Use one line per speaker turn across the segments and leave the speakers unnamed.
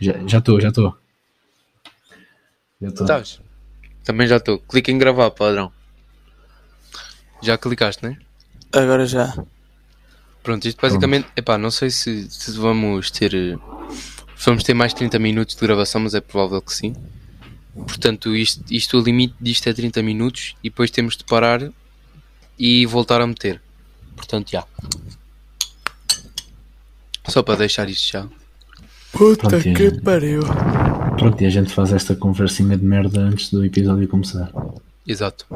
Já estou, já estou. Já tô. Já tô.
Tá.
Estás? Também já estou. Clica em gravar, padrão. Já clicaste, né?
Agora já.
Pronto, isto basicamente. Epá, não sei se, se vamos ter. eh, se vamos ter mais 30 minutos de gravação, mas é provável que sim. Portanto, isto, isto o limite disto é 30 minutos e depois temos de parar e voltar a meter. Portanto, já. Só para deixar isto já.
Puta
Prontinho.
que pariu.
Pronto, e a gente faz esta conversinha de merda antes do episódio começar.
Exato.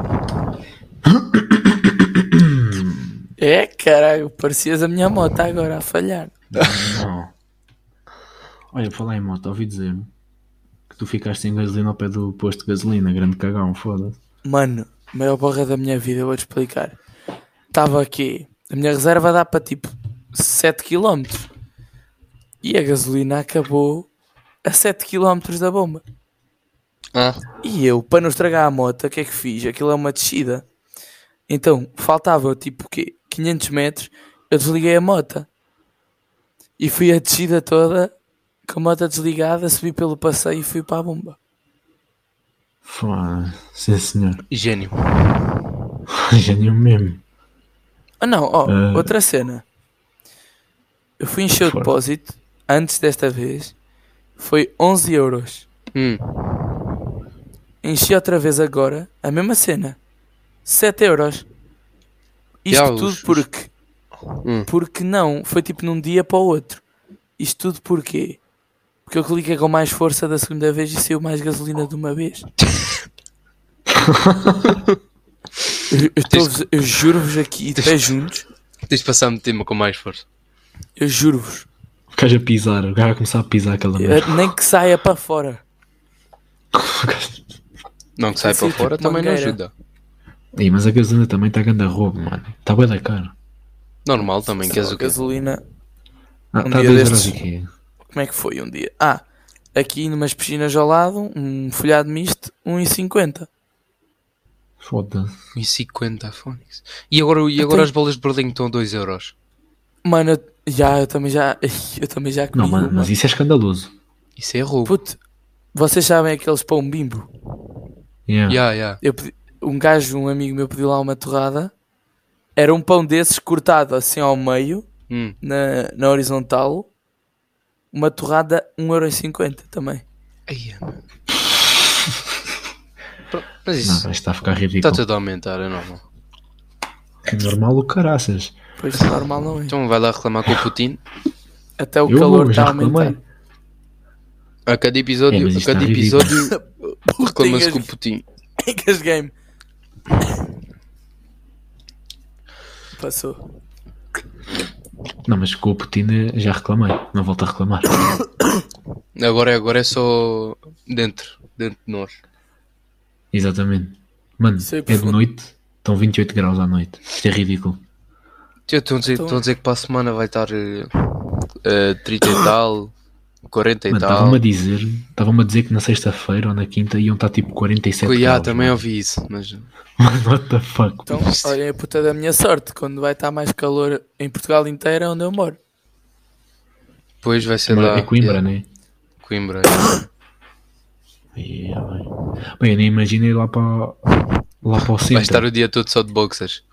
É, caralho, parecias a minha moto agora a falhar.
Não. Olha, por falar em moto, ouvi dizer que tu ficaste sem gasolina ao pé do posto de gasolina, grande cagão, foda-se.
Mano, maior borra da minha vida, eu vou-te explicar. Estava aqui, a minha reserva dá para tipo 7 km. E a gasolina acabou a 7 km da bomba.
Ah,
E eu, para não estragar a moto, o que é que fiz? Aquilo é uma descida. Então, faltava tipo quê? 500 metros, eu desliguei a moto. E fui a descida toda, com a moto desligada, subi pelo passeio e fui para a bomba.
Foda-se, sim senhor.
gênio.
Gênio mesmo.
Ah não, ó,
Ah.
outra cena. Eu fui encher o
Fora.
depósito, antes desta vez, foi 11 euros.
Hum,
Enchi outra vez agora, a mesma cena. 7 euros. Isto
Ya, os-
tudo
os-
porque...
Hum.
Porque não, foi tipo num dia para o outro. Isto tudo porquê? Porque eu cliquei com mais força da segunda vez e saiu mais gasolina de uma vez. eu eu tô-vos- eu juro-vos aqui, até juntos,
tens de passar-me tema com mais força.
eu juro-vos.
O gajo a pisar, o gajo a começar a pisar aquela merda.
Eh, Nem que saia para fora.
Não que sai
Sim,
para
tipo
fora também não
mangueira.
ajuda.
Ih, mas a gasolina também está grande a roubo, mano. Está bem da cara.
Normal também, queres
Só
o quê?
Gasolina.
Ah,
Um
Está a
dia
2
destes-
euros aqui.
Como é que foi um dia? Ah, aqui numas piscinas ao lado, um folhado misto, 1,50.
Foda-se.
1,50 Fónix. E agora, e agora
tenho-
as bolas de Berlim estão a 2 euros.
Mano, eu- já, eu também já. Eu também já comi
Não, mano,
uma.
mas isso é escandaloso.
Isso é roubo.
Puto, vocês sabem aqueles pão bimbo?
Yeah.
Yeah, yeah.
Eu pedi- um gajo, um amigo meu, pediu lá uma torrada. Era um pão desses cortado assim ao meio,
Hum.
na, na horizontal. Uma torrada 1,50€ também.
Ai, mano. Pronto, Mas
Não,
isso
isto está a ficar
está
Tá
ridículo.
tudo a aumentar, é normal.
Normal o caraças.
Pois normal não é.
Então vai lá reclamar com o Putin.
Até o
eu
calor
vou,
está
já
a aumentar.
reclamei.
A cada episódio,
É, mas
a
isto
cada
está ridículo. é
episódio reclama-se com o Putin.
Tingas Game. Passou.
Não, mas com o Putin eh, já reclamei. Não volto a reclamar.
Agora, é- agora é só dentro, dentro de nós.
Exatamente. Mano,
Sei
é de
perfeito.
noite. Estão 28 graus à noite. Isto é ridículo.
Tio, Estão a dizer,
Então-
estão a dizer que para a semana vai estar eh, eh, 30 e tal, 40 e
Mano,
tal.
estavam-me a dizer, estavam-me a dizer que na sexta-feira ou na quinta iam estar tipo 47
Yeah,
graus.
também
mano.
ouvi isso, mas
Mano, what the fuck?
Então, olhem a puta da minha sorte. Quando vai estar mais calor em Portugal inteira, é onde eu moro.
depois vai ser
Mano,
lá.
é Coimbra,
yeah.
né?
Coimbra.
Ia bem. Bem, eu nem imaginei lá para, lá para o centro.
Vai estar o dia todo só de boxers.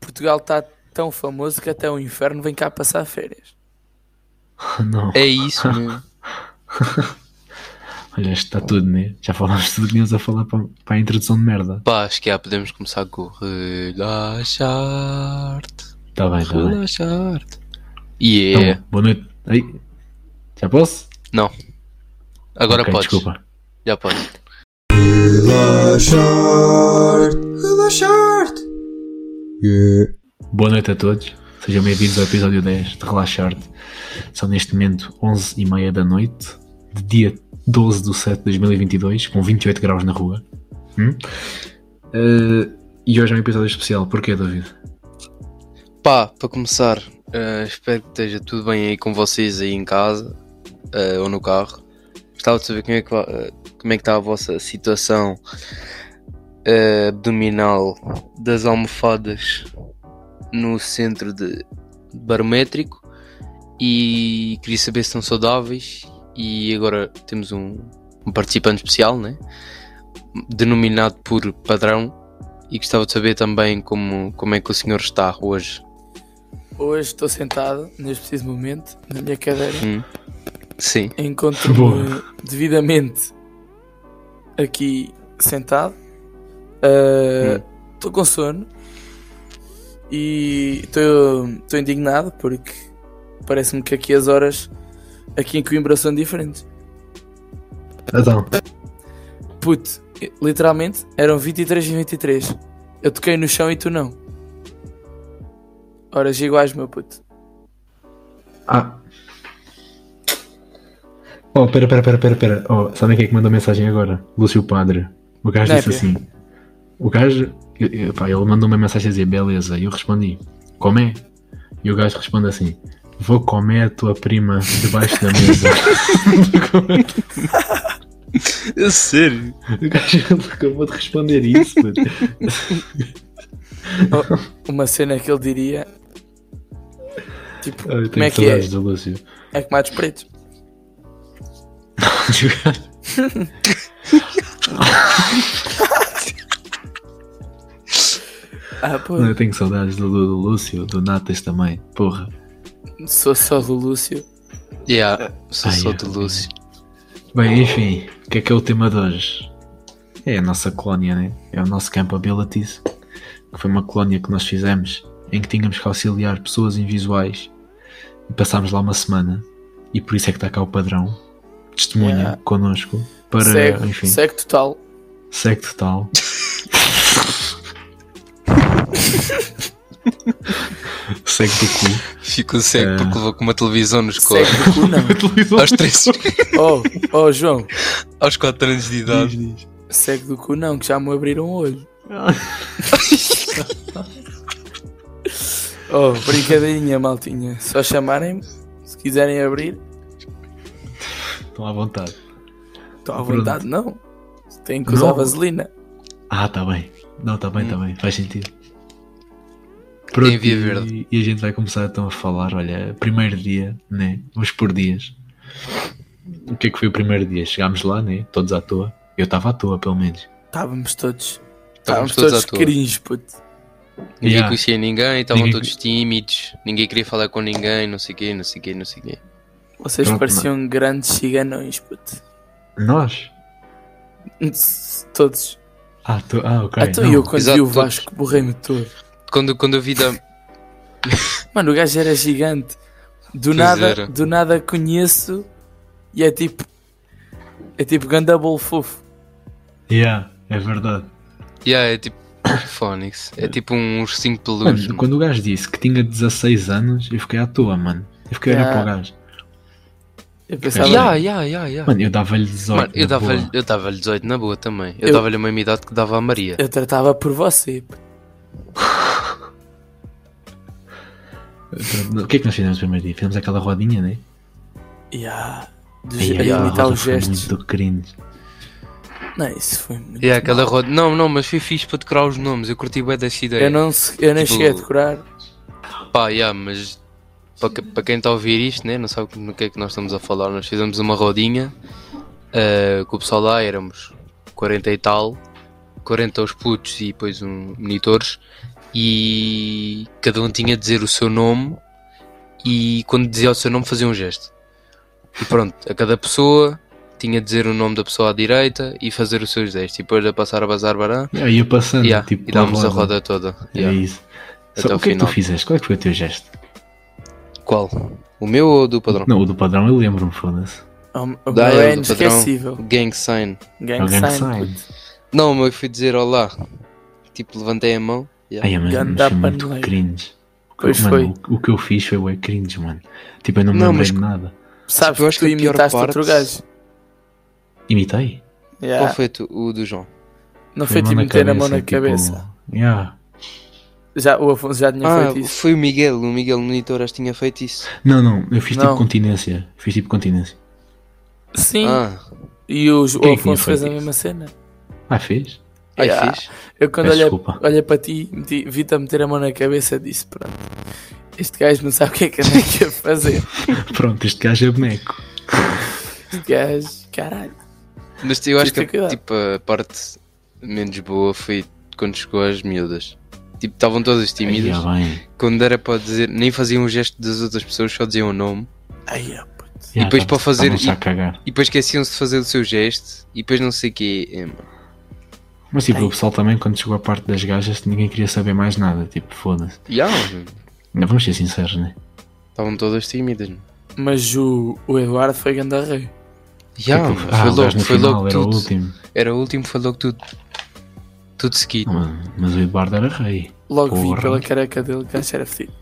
Portugal está tão famoso que até o inferno vem cá passar férias.
Não,
É isso mesmo.
olha, isto está tudo, né? Já falámos tudo que íamos a falar para, para a introdução de merda.
Pá, acho que já podemos começar com o relaxar-te.
Está Tá bem, está bem.
Relaxar-te.
Então,
Yeah.
boa noite. Ai, já posso?
Não. Agora
Ok,
podes.
Desculpa.
Já podes.
Boa noite a todos. Sejam bem-vindos ao episódio 10 de Relaxar-te. São neste momento 11h30 da noite, de dia 12 de 7 de 2022, com 28 graus na rua. Hum? Eh, e hoje é um episódio especial. Porquê, David?
Pá, para começar, eh, espero que esteja tudo bem aí com vocês aí em casa eh, ou no carro. Gostava de saber como é que, va- eh, como é que está a vossa situação eh, abdominal das almofadas no centro de barométrico e queria saber se estão saudáveis e agora temos um, um participante especial, né? denominado por Padrão, e gostava de saber também como, como é que o senhor está hoje.
Hoje estou sentado, neste preciso momento, na minha cadeira.
Hum. Sim,
Encontro-me devidamente aqui sentado.
Hum.
Estou com sono e estou indignado porque parece-me que aqui as horas aqui em Coimbra são diferentes.
Então,
Puto, literalmente eram 23 e 23. Eu toquei no chão e tu não. Horas iguais, meu puto.
ah. Oh, pera, pera, pera, pera, pera. Oh, sabem quem é que mandou mensagem agora? Lúcio Padre. O gajo disse
Népia.
assim. O gajo. eu- eu- pá, ele mandou uma mensagem a dizer beleza. E eu respondi: Como é? E o gajo responde assim: Vou comer a tua prima debaixo da mesa.
sério.
o gajo acabou de responder isso, puto.
é Uma cena que ele diria. Tipo,
Ah, Eu
como é
tenho
que é?
saudades do Lúcio.
É que matos pretos. Ah, pô,
Não, eu tenho saudades do, do, do Lúcio, do Natas também. Porra. é?
sou só do Lúcio.
Yeah,
É.
sou
Ai,
só
eu-
de Lúcio.
Bem, enfim, o que é que é o tema de hoje? É a nossa colónia, né? É o nosso Camp Abilities, que foi uma colónia que nós fizemos em que tínhamos que auxiliar pessoas invisuais e passámos lá uma semana. E por isso é que está cá o padrão, testemunha
Yeah.
connosco, para,
Cego,
enfim,
cego total.
segue total. segue do
Fico cego
É.
porque levou com uma televisão nos
Cego
corpos.
do cu, não.
cu. Televisão.
Aos, três,
Oh, oh, João.
aos 4 anos de idade.
Cego do cu, não, que já me abriram o olho. Oh, brincadeirinha, maltinha. Só chamarem-me. Se quiserem abrir,
Estão à vontade.
estou à
Pronto.
vontade, não. Tem que usar
Não.
vaselina.
Ah, tá bem. Não, tá bem, tá bem. Faz sentido.
Tem via
e-
verde.
E a gente vai começar então a falar, olha, primeiro dia, né? Vamos por dias. O que é que foi o primeiro dia? Chegámos lá, né? Todos à toa. Eu estava à toa, pelo menos.
Estávamos todos.
Estávamos
Estávamos
todos à
todos
toa.
cringe, puto.
Ninguém
Yeah.
conhecia ninguém, estavam
Ninguém-
todos tímidos, ninguém queria falar com ninguém, não sei o quê, não sei o quê, não sei o quê.
Vocês
Pronto,
pareciam grandes ciganões, puto.
Nós?
Todos.
Ah, tu... ah ok.
Ah, então
não.
eu quando
Exato,
vi o
todos.
Vasco borrei-me todo.
Quando, quando eu vi da.
Mano, o gajo era gigante. Do
Pois
nada,
era.
do nada conheço e é tipo. É tipo Gandabol fofo.
Yeah, é verdade.
Yeah, é tipo. Fónix. É tipo um ursinho
Mano,
peludo.
quando o gajo disse que tinha 16 anos, eu fiquei à toa, mano. Eu fiquei a olhar
Yeah.
para o gajo.
Eu pensava.
Yeah, yeah, yeah, yeah.
Mano, eu dava-lhe 18.
Mano, eu
na boa.
dava-lhe eu dava 18 na boa também. Eu,
Eu-
dava-lhe a mesma idade que dava a Maria.
Eu tratava por você.
Então, O que é que nós fizemos no primeiro dia? Fizemos aquela rodinha, né?
Yeah. De,
Ai,
a
aquela
imitar
roda
os
foi
gestos.
Muito cringe.
Não, isso foi muito.
Yeah, é aquela roda. Não, não, mas foi fixe para decorar os nomes. Eu curti bem dessa ideia.
Eu não, se- eu nem
Tipo-
cheguei a decorar.
Pá, yeah, mas para, que- para quem está a ouvir isto, né, não sabe no que é que nós estamos a falar, nós fizemos uma rodinha eh, com o pessoal lá, éramos 40 e tal, 40 os putos e depois um monitores, e cada um tinha de dizer o seu nome e quando dizia o seu nome fazia um gesto. E pronto, a cada pessoa tinha de dizer o nome da pessoa à direita e fazer os seus gestos, e depois a passar a bazar bará,
Yeah, É, ia passando,
yeah,
tipo,
e dávamos a
pela
roda toda.
É
yeah.
isso.
Até
Só,
ao
o que é que tu
final.
fizeste? Qual é que foi o teu gesto?
Qual? O meu ou o do padrão?
Não, o do padrão eu lembro-me, foda-se.
O, o
Dá,
meu
é
é
do padrão.
inesquecível.
Gang sign.
Gang
Alguém que sai.
sign. puto.
Não, mas eu fui dizer olá. Tipo, levantei a mão. Yeah.
Ai, mas, mas
Ganda
foi muito
paneleiro.
cringe.
Pois
mano, tipo,
foi.
O, o que eu fiz foi bué cringe, mano. Tipo, eu não me
Não,
lembrei
mas-
de nada.
Sabes
eu
que
acho
tu
que a pior
imitaste
parte-
outro gajo.
Imitei?
Yeah.
Qual foi tu, o do João?
Não
Foi
foi te meter a mão na cabeça.
Tipo, yeah. tipo-
Já, o Afonso já tinha
Ah,
feito isso.
foi o Miguel. O Miguel Monitor acho que tinha feito isso.
Não, não, eu fiz
Não.
tipo continência. Fiz tipo continência.
Sim.
Ah,
E o, o
Quem é que
Afonso
tinha
fez
feito
a
isso?
mesma cena.
Ah, fez?
aí
Yeah.
fiz.
Eu quando
Peço
olhei,
desculpa.
olhei para ti, meti- vi-te a meter a mão na cabeça disse, pronto, este gajo não sabe o que é que anda aqui a fazer.
Pronto, este gajo é boneco.
Gajo, caralho.
Mas eu acho que
Tem que ter
tipo, a parte menos boa foi quando chegou às miúdas. Tipo, estavam todas
Aí,
tímidas.
ah, bem.
Quando era para dizer, nem faziam o gesto das outras pessoas, só diziam o nome.
Ai,
é,
ó, puto.
Já,
depois
tá-
para fazer-
tá-me-se a cagar.
E depois esqueciam-se de fazer o seu gesto. E depois não sei o quê. É, mano.
Mas tipo, o pessoal também, quando chegou à parte das gajas, ninguém queria saber mais nada. Tipo, foda-se.
Ya, mano.
Não, vamos ser sinceros, né?
Estavam todas tímidas. mano.
Mas o, o Eduardo foi ganda rei.
Ya,
Tipo,
mano,
ah,
foi
o gajo
logo,
no
foi
final
logo
era o
tudo.
último.
Era o último, foi logo tudo. Tudo seguido.
Não, Mas, mas o Eduardo era rei.
Logo vi
Porra.
pela careca dele que acho que era fedido.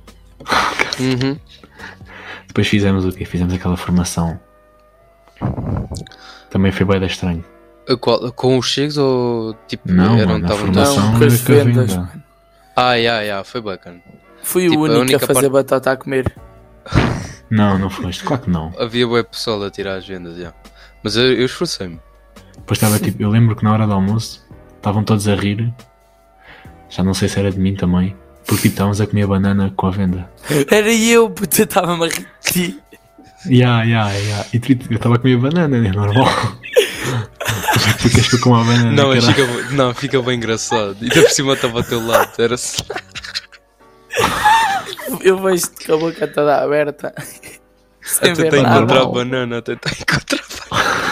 Uhum.
Depois fizemos o quê? Fizemos aquela formação. Também foi bem estranho.
A qual- com os chegos ou tipo
Não,
eram
mano, a
estavam
formação
Não,
não,
com as
era com a
vendas,
venda.
mano.
Ah, ya, ya, foi bacana.
Fui
Tipo,
o
a
único a,
única
fazer batata a comer.
Não, não foste. Claro que não.
Havia web pessoal a tirar as vendas, já. Mas eu, eu esforcei-me.
Depois estava tipo, eu lembro que na hora do almoço estavam todos a rir. Já não sei se era de mim também. Porque tipo, estávamos a comer banana com a venda.
Era eu, puto, eu estava-me a rir de ti.
Ya, ya, ya. E tipo, eu estava a comer banana, né? Normal. Já que tu queres é que eu coma a banana?
Não, mas
caralho?
fica, bo- não, fica bem engraçado. E ainda por cima estava ao teu lado. Era só-
Eu vejo-te com a boca toda aberta. Sem
até
ver
tentar
nada.
encontrar a
mal.
banana, até tentar encontrar a banana.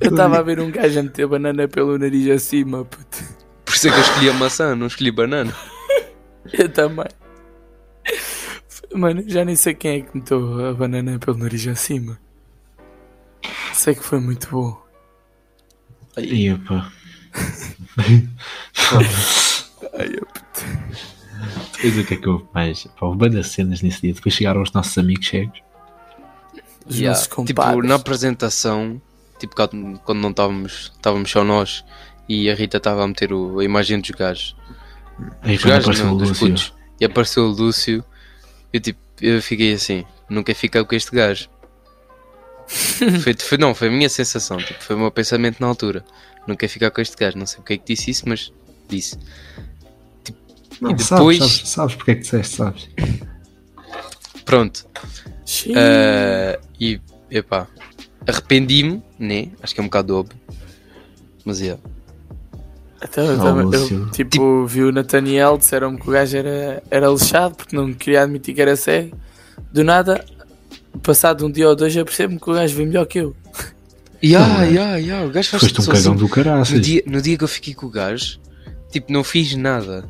Eu estava a ver um gajo a meter banana pelo nariz acima, puto.
Por isso é que eu escolhi a maçã, não escolhi banana.
Eu também. Mano, já nem sei quem é que meteu a banana pelo nariz acima. Sei que foi muito bom.
E opa. Depois o que é que houve mais? Pá, houve bué de cenas nesse dia. Depois chegaram os nossos amigos cegos.
Os
Yeah.
nossos
Tipo,
compadres.
na apresentação, tipo cá- quando não estávamos, estávamos só nós e a Rita estava a meter o- a imagem dos gajos.
Aí
Dos
depois
gajos
apareceu
não,
o
dos
Lúcio.
putos. E apareceu o Lúcio. Eu tipo, eu fiquei assim, nunca ficar com este gajo. foi, foi- não, foi a minha sensação, tipo, foi o meu pensamento na altura. Nunca ficar com este gajo, não sei porque é que disse isso, mas disse.
Não,
E depois-
sabes, sabes, sabes porque é que disseste, sabes?
Pronto,
Xiii.
Ah, e, epá, arrependi-me, né? Acho que é um bocado óbvio. Mas é.
Então, eu
Não,
também- eu,
Lúcio.
tipo, vi o Nathaniel, disseram-me que o gajo era, era lixado porque não queria admitir que era cego. Do nada, passado um dia ou dois, eu percebo-me que o gajo vê melhor que eu.
Ya, ya, ya, o gajo faz
Ah, é. Foste um
só
cagão
assim.
do
no,
caraças.
dia, no dia que eu fiquei com o gajo, tipo, não fiz nada.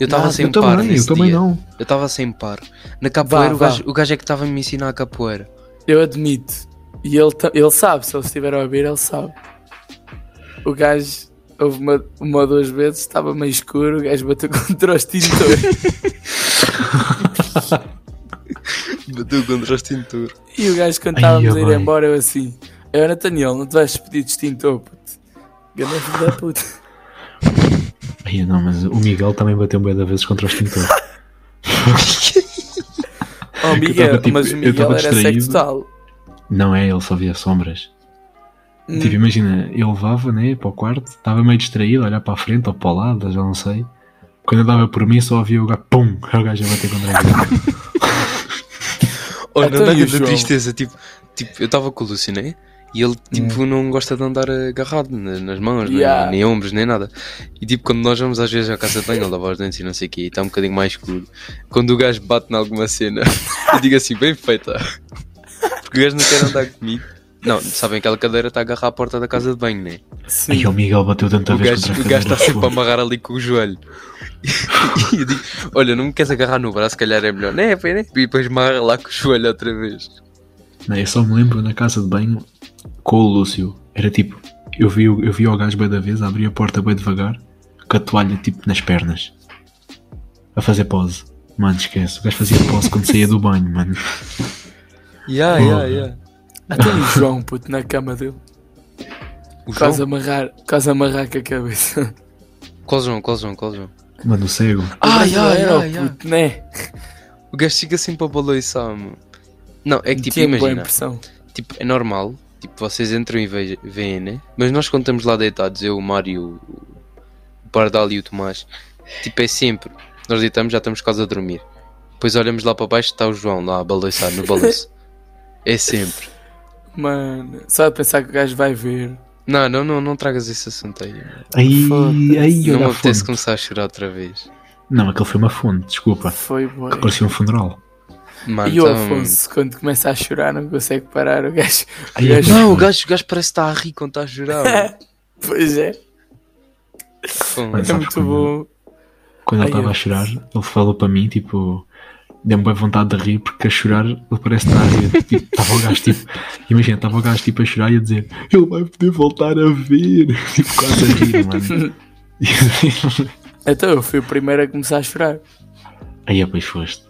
Eu estava
Ah,
sem
eu
par.
também, eu
nesse
também
dia.
não.
Eu estava sem par. Na capoeira,
Vá,
o,
vá.
gajo, o gajo é que estava a me ensinar a capoeira.
Eu admito. E ele, ta- ele sabe, se ele estiver a ouvir, ele sabe. O gajo, houve uma, uma ou duas vezes, estava meio escuro, o gajo bateu contra os tintores.
Bateu contra o extintor.
e o gajo, quando estávamos a
Ai,
ir
bem.
embora, eu assim: Eu, Nathaniel, não te vais pedir extintor, puto. Ganda filho da puta.
Ai, não, mas o Miguel também bateu bué de vezes contra o extintor.
Oh, Miguel,
tava, tipo,
mas o
eu
Miguel
tava
era
distraído.
sexual.
não é, ele só via sombras.
Hum.
Tipo, imagina, eu levava, né, para o quarto, estava meio distraído, a olhar para a frente ou para o lado, já não sei. Quando eu dava por mim, só havia o gajo, pum, é o gajo a bater contra a mim.
Olha,
Então,
não dá
e o
grande
João?
tristeza. Tipo, tipo eu estava com o Lúcio, né? E ele, tipo, não gosta de andar agarrado na- nas mãos, nem-
Hum. Yeah.
nem, ombros, nem nada. E, tipo, quando nós vamos às vezes à casa de banho, ele lava os dentes e não sei o quê, e está um bocadinho mais escuro. Quando o gajo bate em alguma cena, eu digo assim, bem feita. Porque o gajo não quer andar comigo. Não, sabem que aquela cadeira está a agarrar a porta da casa de banho, né?
Aí
Sim.
o Miguel bateu tanta
O
vez
gajo,
contra a
o gajo está
cadeira,
sempre a amarrar ali com o joelho. E eu digo, olha, não me queres agarrar no braço, se calhar é melhor. Né, foi, né? E depois amarra lá com o joelho outra vez.
Não, eu só me lembro na casa de banho com o Lúcio. Era tipo, eu vi, o- eu vi o gajo bem da vez, abri a porta bem devagar, com a toalha tipo nas pernas, a fazer pose. Mano, esquece, o gajo fazia pose quando saía do banho, mano.
Ya,
Porra.
ya, ya.
Até Ah, o João, puto, na cama dele.
O João?
Quase amarrar, quase amarrar com a cabeça.
Qual João? Qual João? Qual João?
Mano, o cego.
O
Ah,
gajo
ya,
era o
ya, ya.
puto, né?
O gajo fica sempre a balançar, mano. Não, é que tipo,
Tinha boa
imagina.
impressão.
Tipo, é normal. Tipo, vocês entram e vej- veem, né? Mas nós quando estamos lá deitados, eu, o Mário, o o Pardal e o Tomás. Tipo, é sempre. Nós deitamos, já estamos quase a dormir. Depois olhamos lá para baixo está o João lá a balançar no balanço. é sempre.
Mano, só de pensar que o gajo vai ver.
Não, não, não, não tragas esse assunto aí. mano.
Aí,
Foda-se.
aí,
Não
olha
me
a
apetece
fonte.
começar a chorar outra vez.
Não, aquele foi uma fonte, desculpa.
Foi boa.
Que parecia um funeral.
Mano,
E o
tá-
Afonso, quando começa a chorar, não consegue parar. O gajo.
Aí,
Gajo-
aquele
Não, o
funeral.
gajo, o gajo parece que está a rir quando está a chorar. mano.
Pois é,
Afonso.
Mas
é
sabes
muito
como-
bom.
Quando ele
Ai,
estava a
eu-
chorar, ele falou para mim, tipo, deu-me bem vontade de rir, porque a chorar ele parece estar a rir. Tipo, Estava o gajo, tipo, imagina, estava o gajo, tipo, a chorar e a dizer, ele vai poder voltar a ver. Tipo, quase a rir, mano. E-
Então eu fui o primeiro a começar a chorar.
Aí, pois foste.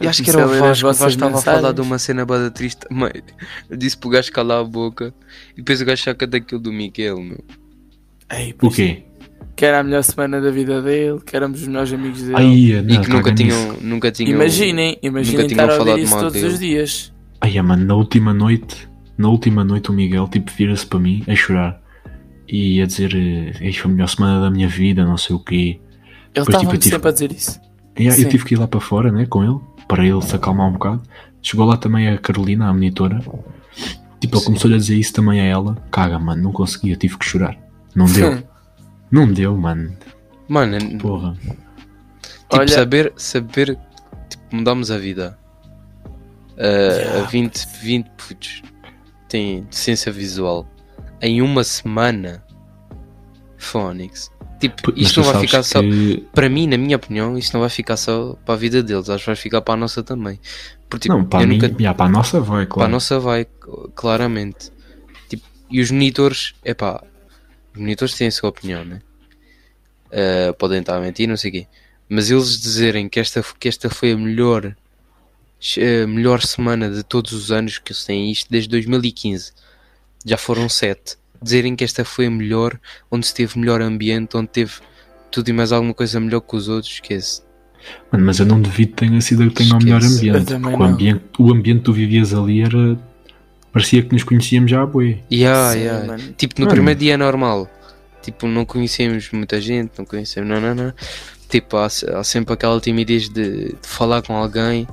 E acho que era o
Comecei a é ler as
Vasco, o Vasco
vossas
estava a
mensagens.
falar de uma cena bada triste também. Eu disse para o gajo calar a boca e depois o gajo saca daquilo do Miguel, meu.
Ei,
O
pois,
quê?
Que era a melhor semana da vida dele, que éramos os melhores amigos dele.
Aí,
Ah,
E que nunca um-
tinham.
tinham, nunca tinham.
imaginem, imaginem
tinham
estar a
falado
ouvir isso
mal
todos
dele.
os dias.
Ai, ah, mano, na última noite, na última noite o Miguel tipo vira-se para mim a chorar e a dizer eh, isto foi a melhor semana da minha vida, não sei o quê.
Ele
Pois, tipo,
estava
eu tive-
sempre a dizer isso.
E, aí
Sim.
eu tive que ir lá para fora, né, com ele, para ele se acalmar um bocado. Chegou lá também a Carolina, a monitora. Tipo, ele começou-lhe a dizer isso também a ela. Caga, mano, não conseguia, tive que chorar. Não deu, não deu, mano.
Mano, tipo,
Porra.
Olha-
saber, saber, tipo, mudámos a vida. Uh, a 20, 20 putos. Tem deficiência visual. Em uma semana. Fónix. Tipo,
Mas tu
isto não vai
sabes
ficar só.
que-
para mim, na minha opinião, isso não vai ficar só para a vida deles, acho que vai ficar para a nossa também. Porque, tipo,
Não, para
eu
mim,
nunca-
já, para a nossa vai,
para a
claro.
nossa vai, c- claramente. Tipo, e os monitores, é pá, os monitores têm a sua opinião, né? Eh, podem estar a mentir, não sei o quê. Mas eles dizerem que esta, que esta foi a melhor, a melhor semana de todos os anos que eles têm isto, desde 2015. Já foram sete. Dizerem que esta foi a melhor, onde se teve melhor ambiente, onde teve tudo e mais alguma coisa melhor que os outros, esquece.
Mano, mas eu não duvido que tenha sido a que tenha o
Esquece.
melhor
Eu
ambiente.
também
Porque o
não.
ambiente, o ambiente que tu vivias ali era. parecia que nos conhecíamos já à boi.
Yeah,
Sim,
yeah.
mano.
Tipo, no
Mano.
primeiro dia é normal. Tipo, não conhecemos muita gente, não conhecemos. Não, não, não. Tipo, há, se- há sempre aquela timidez de, de falar com alguém.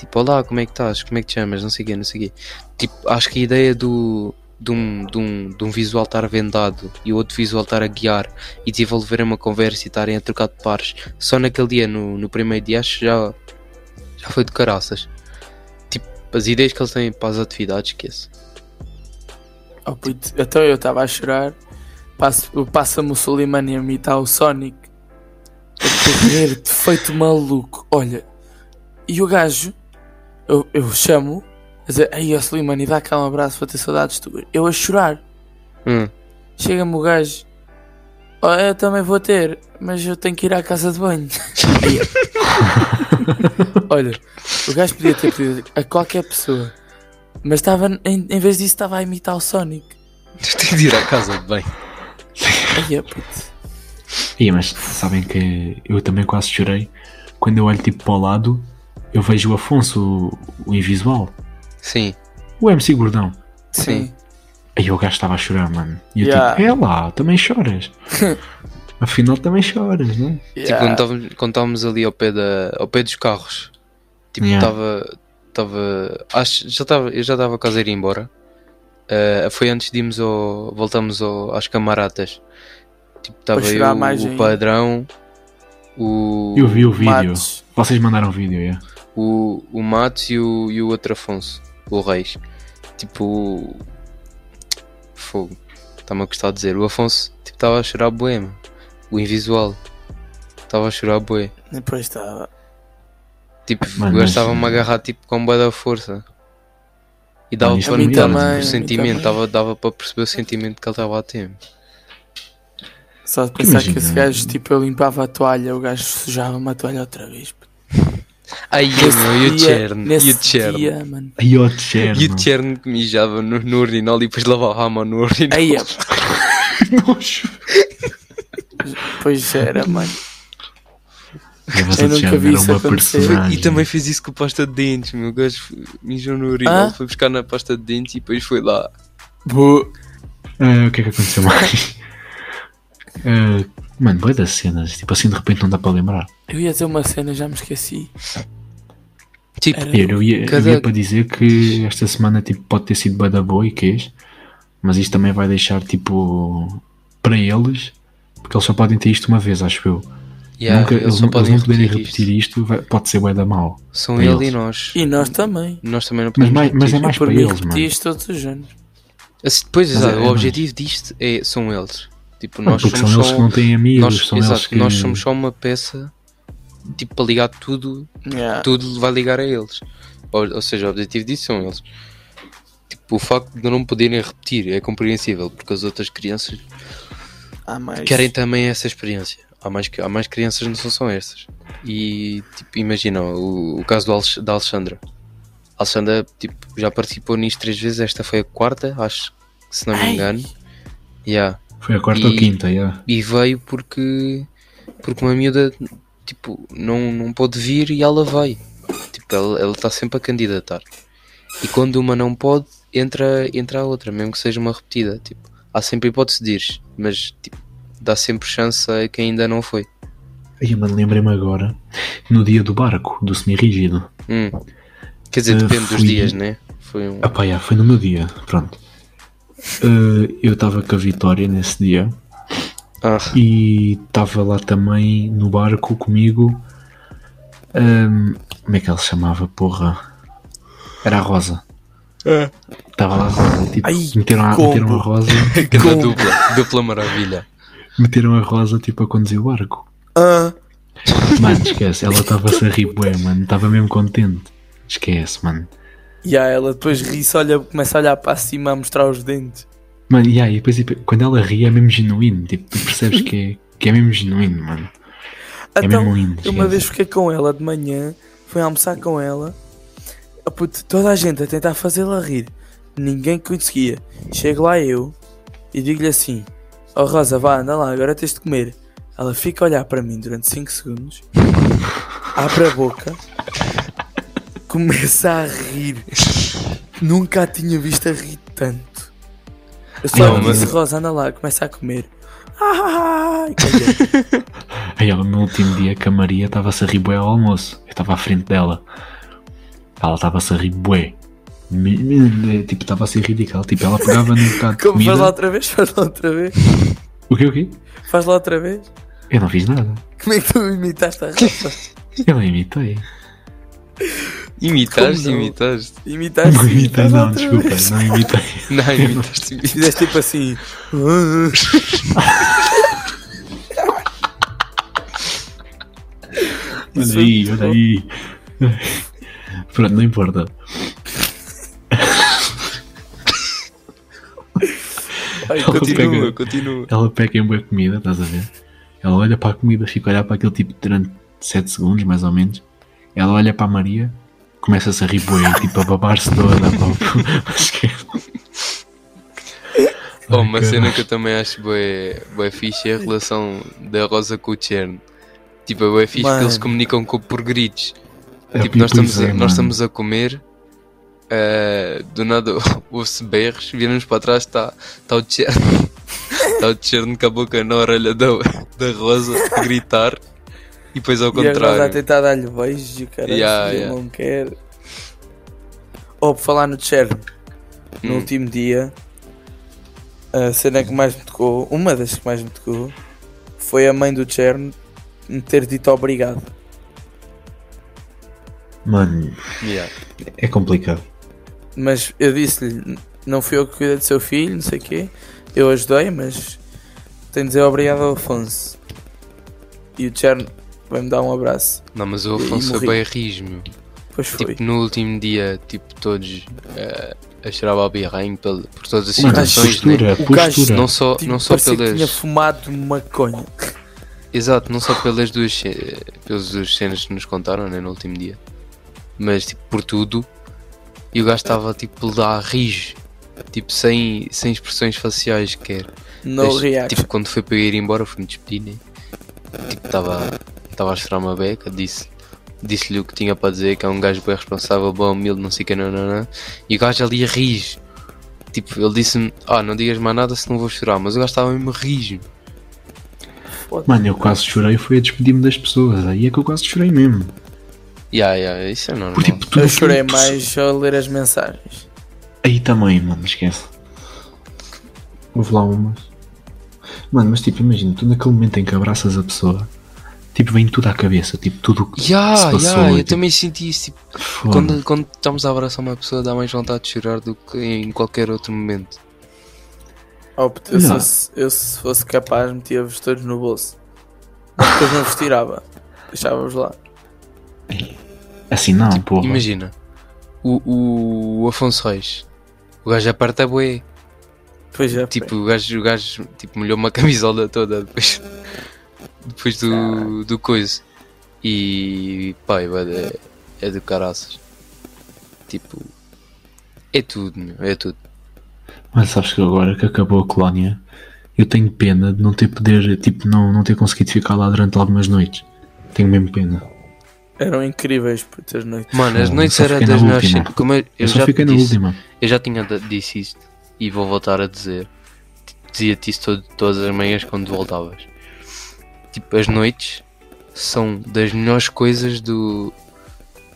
Tipo, olá, como é que estás? Como é que te chamas? Não sei o quê, não sei o quê. Tipo, acho que a ideia do, de, um, de, um, de um visual estar vendado e o outro visual estar a guiar e desenvolver uma conversa e estarem a trocar de pares só naquele dia, no, no primeiro dia, acho que já, já foi de caraças. Tipo, as ideias que eles têm para as atividades, esquece.
Oh, puto, Então eu estava a chorar. Passo- Passa-me o Soleimani a imitar o Sonic. A correr, de feito maluco. Olha, e o gajo, eu, eu chamo, a dizer, aí o Soleimani, dá cá um abraço para ter saudades tuas. Eu a chorar.
Hum.
Chega-me o gajo, "Oh, eu também vou ter, mas eu tenho que ir à casa de banho. E eu- Olha, o gajo podia ter pedido a qualquer pessoa, mas estava, em, em vez disso, estava a imitar o Sonic.
Tenho de ir à casa de bem.
Ai, é, puto.
Ih, mas sabem que eu também quase chorei. Quando eu olho tipo para o lado, eu vejo o Afonso, o, o invisual.
Sim.
O MC Gordão.
Sim.
Aí o gajo estava a chorar, mano. E eu
Yeah.
tipo, é lá, também choras. Afinal também choras, né?
Tipo,
Yeah.
quando estávamos- quando estávamos ali ao pé, da, ao pé dos carros, tipo,
Yeah.
estava. Tava, acho, já tava, eu já estava quase a ir embora. Ah, foi antes de irmos ao. Voltamos ao, às camaratas. Tipo, estava
Para
eu,
chorar mais
o
ainda.
padrão, o,
Eu vi o vídeo.
Ah, Matos.
Vocês mandaram o vídeo, é.
o, o Matos e o, e o outro Afonso, o Reis. Tipo. Fogo. Está-me a gostar de dizer. O Afonso tipo, estava a chorar bué, mano. O invisual. Estava a chorar bué.
Depois estava.
Tipo,
Mano,
o gajo
mas-
estava-me a agarrar tipo, com bué da força. E dava
Mano, isto
para
é
notar
muito
tipo,
também,
o
muito
sentimento,
também.
dava, dava para perceber o sentimento que ele estava a ter.
Só de pensar que esse
Imagina.
gajo, tipo, eu limpava a toalha, o gajo sujava-me a toalha outra vez. puto.
Ai, meu, e o
Nesse dia-
Chern, e o
nesse
Chern.
dia, mano.
Aí o Tcherno.
E o Chern que mijava no, no urinal e depois lavava a mão no urinal.
Aí,
Nojo.
pois era, mano.
Mas
Eu
o
nunca
Tcherno
vi
era
isso
uma
acontecer.
personagem.
E também fez isso com pasta de dentes, meu. O gajo mijou no urinal,
Ah?
foi buscar na pasta de dentes e depois foi lá.
Ah, o que é que aconteceu mais? Ah, mano, boa das cenas. Tipo assim, de repente não dá para lembrar.
Eu ia dizer uma cena, já me esqueci.
Tipo,
Pierre, eu ia, eu
Cada-
ia para dizer que esta semana tipo, pode ter sido bué da boa e queijo, mas isto também vai deixar tipo para eles, porque eles só podem ter isto uma vez, acho eu.
yeah,
Nunca- eles,
eles
não-
não
eles
podem
não poderem
repetir
repetir isto, vai- pode ser bué da mal.
isto. São
para
ele e
eles.
nós.
E nós também.
Nós também não
Mas,
podemos
mais- mas é
repetir.
mais
Por
para
mim
eles, mano.
repetias todos os anos.
Assim, Pois,
Mas
exato,
é- é
o
mais.
objetivo disto é, são eles. Tipo,
Mano,
nós
porque são
somos
eles
só...
que não têm amigos,
nós,
são eles
exato,
que.
nós somos só uma peça, tipo, para ligar tudo,
Yeah.
tudo vai ligar a eles. Ou, ou seja, o objetivo disso são eles. Tipo, o facto de não poderem repetir é compreensível, porque as outras crianças
Ah, Há mais.
querem também essa experiência. Há mais, que- há mais crianças não são só estas. E, tipo, imagina o, o caso do Alex- da Alexandra. A Alexandra, tipo, já participou nisto três vezes, esta foi a quarta, acho, que se não me
Ai.
engano. Yeah.
Foi a quarta ou
E-
quinta, yeah.
e veio porque porque uma miúda tipo não, não pôde vir e ela vai tipo ela ela está sempre a candidatar e quando uma não pode entra entra a outra mesmo que seja uma repetida tipo há sempre hipótese de ir mas tipo, dá sempre chance a quem ainda não foi
Ai, mano, lembrei-me agora, no dia do barco, do semi-rígido.
Hum. quer dizer
Eh,
depende dos
fui-
dias né foi um
Ah pá, já, foi no meu dia, pronto. Eh, eu estava com a Vitória nesse dia
ah,
e estava lá também no barco comigo. ahm, como é que ela se chamava, porra? Era a Rosa. Estava lá a Rosa. Tipo,
É. Ai,
meteram, a,
combo.
meteram a Rosa.
grande dupla dupla maravilha
Meteram a Rosa tipo a conduzir o barco.
Ah,
Mano, esquece, ela estava-se a rir bué, mano. Estava mesmo contente. Esquece, mano.
e aí ela depois ri-se, olha, começa a olhar para cima a mostrar os dentes.
Mano, e aí, depois, tipo, quando ela ri é mesmo genuíno. Tipo, tu percebes que é, que é mesmo genuíno, mano. É
Então,
mesmo lindo.
Eu uma vez fiquei com ela de manhã, fui almoçar com ela, Ah, puto, toda a gente a tentar fazê-la rir, ninguém conseguia. Chego lá eu e digo-lhe assim: Ó Rosa, vá, anda lá, agora tens de comer. Ela fica a olhar para mim durante 5 segundos, abre a boca, começa a rir. Nunca a tinha visto a rir tanto. Eu só
Ai,
lhe
mas-
disse: Rosa, anda lá, começa a comer. Ah, e calhei.
Aí ela, no último dia que a Maria estava-se a rir bué ao almoço. Eu estava à frente dela. Ela estava-se a rir bué. Me- me- Tipo, estava a ser ridícula. Tipo, ela pegava num bocado de
Como faz lá
comida.
outra vez? Faz lá outra vez?
O quê, o quê?
Faz lá outra vez?
Eu não fiz nada.
Como é que tu imitaste a Rafa?
Eu não imitei.
imitaste
Como não?
imitaste
Imitaste?
Não imitei,
imitaste
não,
outra
desculpa.
vez.
Não imitei.
não imitaste imitaste.
Fizeste tipo assim.
Olha aí, olha aí. Pronto, não importa.
Ai,
Ela
continua.
pega-
continua continua
Ela pega em boa comida, estás a ver? Ela olha para a comida, fica a olhar para aquele tipo durante 7 segundos, mais ou menos. Ela olha para a Maria, começa-se a rir bué, tipo a babar-se toda. pá. Esquece.
Oh,
é. Ai,
uma
caralho.
cena que eu também acho bué, bué fixe é a relação da Rosa com o Chern. Tipo, é bué fixe
Mano.
que eles se comunicam com, por gritos.
É,
tipo, nós
pois
estamos,
é,
a,
mano.
nós estamos a comer, eh, do nada ouve-se berros, viramos para trás, está tá o Chern. Está o Chern com a boca na orelha da, da Rosa a gritar. E depois ao
E agora a
contrário.
tentar dar-lhe beijos e o caralho,
Yeah,
se ele
yeah.
não quer. Ou por falar no Cherno, no
Hum.
último dia, a cena que mais me tocou, uma das que mais me tocou, foi a mãe do Cherno me ter dito obrigado.
Mano,
Yeah.
é complicado.
Mas eu disse-lhe, "N- não fui eu que cuida do seu filho, não sei o quê. Eu ajudei, mas tenho de dizer obrigado ao Afonso. E o Cherno vai-me dar um abraço.
Não, mas o
E
Afonso é
morri.
bem rismo.
Pois foi.
Tipo, no último dia, tipo, todos eh, a chorar ao birrinho pela- por todas as
Mano, a
situações, né?
postura, a
O gajo
postura.
não só,
Tipo,
não só
parecia que tinha
pelas
fumado maconha.
exato não só pelas duas ce- pelas duas cenas que nos contaram né, no último dia mas tipo por tudo e o gajo estava tipo lá a rir tipo sem, sem expressões faciais quer
No
Desde-
react.
tipo quando foi para eu ir embora fui-me despedir né? tipo estava estava a chorar uma beca disse Disse-lhe o que tinha para dizer, que é um gajo bem responsável, bom, humilde, não sei o que, não, não, não. E o gajo ali a rir. Tipo, ele disse-me, ah, não digas mais nada se não vou chorar. Mas o gajo estava mesmo a rir.
Mano, eu quase chorei, foi a despedir-me das pessoas. Aí é que eu quase chorei mesmo.
Yeah, yeah, isso é normal.
Por tipo, tu
Eu
naquele
chorei
tu-
mais ao ler as mensagens.
Aí também, mano, esquece. Houve lá umas. Mano, mas tipo, imagina, tu naquele momento em que abraças a pessoa, tipo, vem tudo à cabeça, tipo, tudo o que se
Yeah,
passou.
yeah,
e,
eu
tipo,
também senti isso. Tipo,
foda.
quando, quando estamos a abraçar uma pessoa, dá mais vontade de chorar do que em qualquer outro momento.
Oh, puto, eu, se
Não.
fosse- eu se fosse capaz, metia-vos todos no bolso. Depois não vos tirava. Deixava-vos lá.
Assim não, porra.
Imagina, o, o Afonso Reis, o gajo aperta bué.
Pois é.
Tipo, o gajo, o gajo tipo, molhou uma camisola toda depois, depois do, do coisa. E pai, é, é do caraças. Tipo, é tudo, meu, é tudo.
Mas sabes que agora que acabou a colónia, eu tenho pena de não ter poder, tipo, não, não ter conseguido ficar lá durante algumas noites. Tenho mesmo pena.
Eram incríveis por ter noites.
Mano, as
Foda,
noites
só
eram
fiquei na
das melhores.
última.
cenas, Como eu, eu,
Eu, só
já te
fiquei na
disse,
última.
Eu já tinha da- disse isto e vou voltar a dizer. T- Dizia-te isso todo- todas as manhãs quando voltavas. Tipo, as noites são das melhores coisas do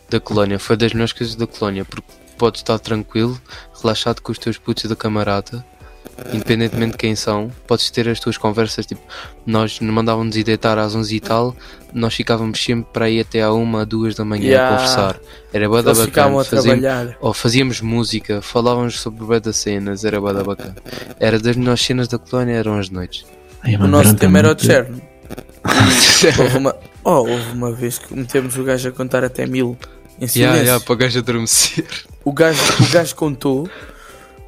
da colónia. Foi das melhores coisas da colónia porque podes estar tranquilo, relaxado com os teus putos da camarada, independentemente de quem são. Podes ter as tuas conversas. Tipo, nós não mandávamos ir deitar às 11 e tal, nós ficávamos sempre para ir até à 1, 2 da manhã
Yeah.
a conversar. Era bué da
Eles ficavam
bacana.
a
Fazíamos,
trabalhar.
ou fazíamos música, falávamos sobre bué das cenas, era bué da bacana. Era das melhores cenas da colónia, eram as noites.
Ai,
O
mano,
nosso
durante a
tema era o
noite-
Cherno. Houve uma... Oh, houve uma vez que metemos o gajo a contar até mil em silêncio.
Yeah, yeah, para o gajo adormecer.
O, gajo, o gajo contou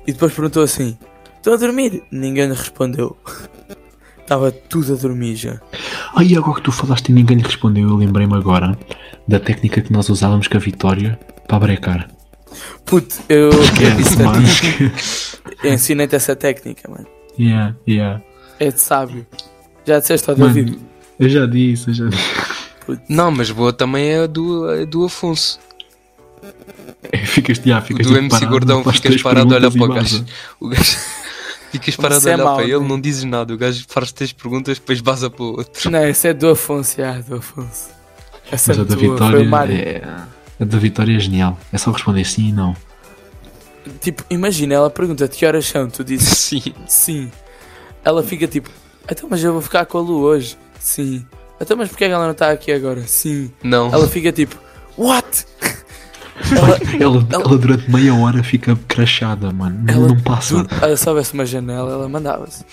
e depois perguntou assim: Estão a dormir? Ninguém lhe respondeu. Estava tudo a dormir já.
Ai, agora que tu falaste e ninguém lhe respondeu, eu lembrei-me agora da técnica que nós usávamos com a Vitória para brecar.
Puto, eu, eu
Esquece,
disse a
mano,
ti,
esquece.
eu ensinei-te essa técnica, mano.
yeah, yeah.
É de sábio. Já disseste ao David?
Mano, eu já disse, eu já disse.
Não, mas boa também é a do, a do Afonso.
É, Ficas, yeah, ficas
do
tipo
MC
parado,
Gordão,
faz
ficas
três
parado a olhar para o
perguntas e né?
gajo. O gajo. Ficas parado
Isso
a
é
olhar
mau,
para ele,
né?
não dizes nada. O gajo faz três perguntas, depois vaza para o outro.
Não, essa é do Afonso, ah, do Afonso. Essa
Mas
é
a da
tua, foi o Mário.
Vitória é... A da Vitória é genial. É só responder sim e não.
Tipo, imagina, ela pergunta-te que horas são, tu dizes
Sim.
sim. Ela fica tipo, então, mas eu vou ficar com a Lu hoje, sim. Então, mas porquê é que ela não está aqui agora? Sim.
Não.
Ela fica tipo, what? Ela,
Ela,
Ela-
ela durante meia hora fica crachada, mano. Não-
Ela-
não passa.
do- ela se houvesse uma janela, ela mandava-se.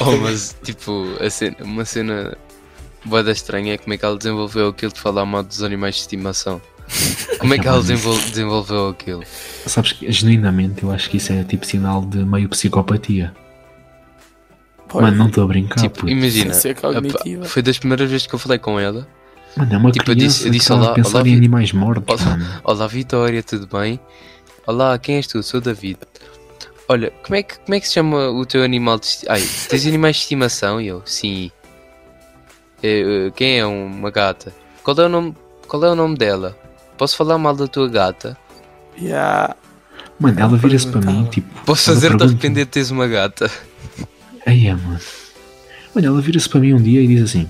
Oh, mas tipo, a cena- uma cena boa da estranha é como é que ela desenvolveu aquilo de falar mal dos animais de estimação. Como é que ela desenvol- desenvolveu aquilo?
Sabes que, genuinamente, eu acho que isso é tipo sinal de meio psicopatia.
Pô,
Mano, não estou a brincar,
tipo,
puto.
imagina,
Ciência cognitiva.
epá, foi das primeiras vezes que eu falei com ela.
Mano, é uma
tipo, eu
criança
disse- eu disse
que está
olá-
a pensar
olá,
em
Vi-
animais mortos,
olá-
mano.
Olá Vitória, tudo bem? Olá, quem és tu? Sou o David. Olha, como é que, como é que se chama o teu animal de estimação? Ai, tens animais de estimação? E Eu, sim. Eh, eh, quem é uma gata? Qual é, o nome, qual é o nome dela? Posso falar mal da tua gata?
Yeah.
Mano, ela vira-se para mim,
perguntava.
tipo...
Posso
ela
fazer-te
pergunta-me,
arrepender de teres uma gata?
Aí é, mano. Mano, ela vira-se para mim um dia e diz assim.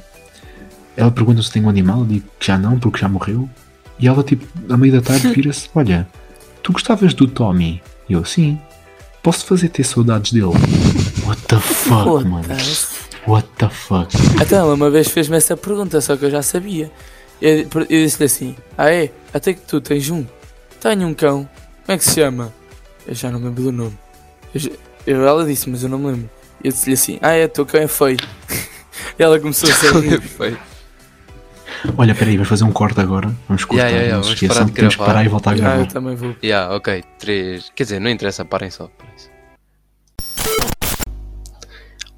Ela pergunta se tem um animal, eu digo que já não, porque já morreu. E ela, tipo, à meia da tarde, vira-se: Olha, tu gostavas do Tommy? E eu, sim. Posso fazer ter saudades dele? What the fuck, mano?
Foda-se.
What the fuck?
Então ela uma vez fez-me essa pergunta, só que eu já sabia. Eu, eu disse-lhe assim: Ah, é? Até que tu tens um? Tenho um cão. Como é que se chama? Eu já não me lembro do nome. Eu, já- eu- ela disse, mas eu não me lembro. Eu disse-lhe assim: Ah, é? Teu cão é feio. E ela começou a
é
ser. rir.
Foi.
Olha, peraí, vamos fazer um corte agora. Vamos cortar,
Yeah, yeah, yeah,
não se
vamos parar
esqueçam
de
que temos que
gravar.
parar e voltar a
ah, eu
gravar.
também vou.
Yeah, ok, três. Quer dizer, não interessa, parem só. parem só.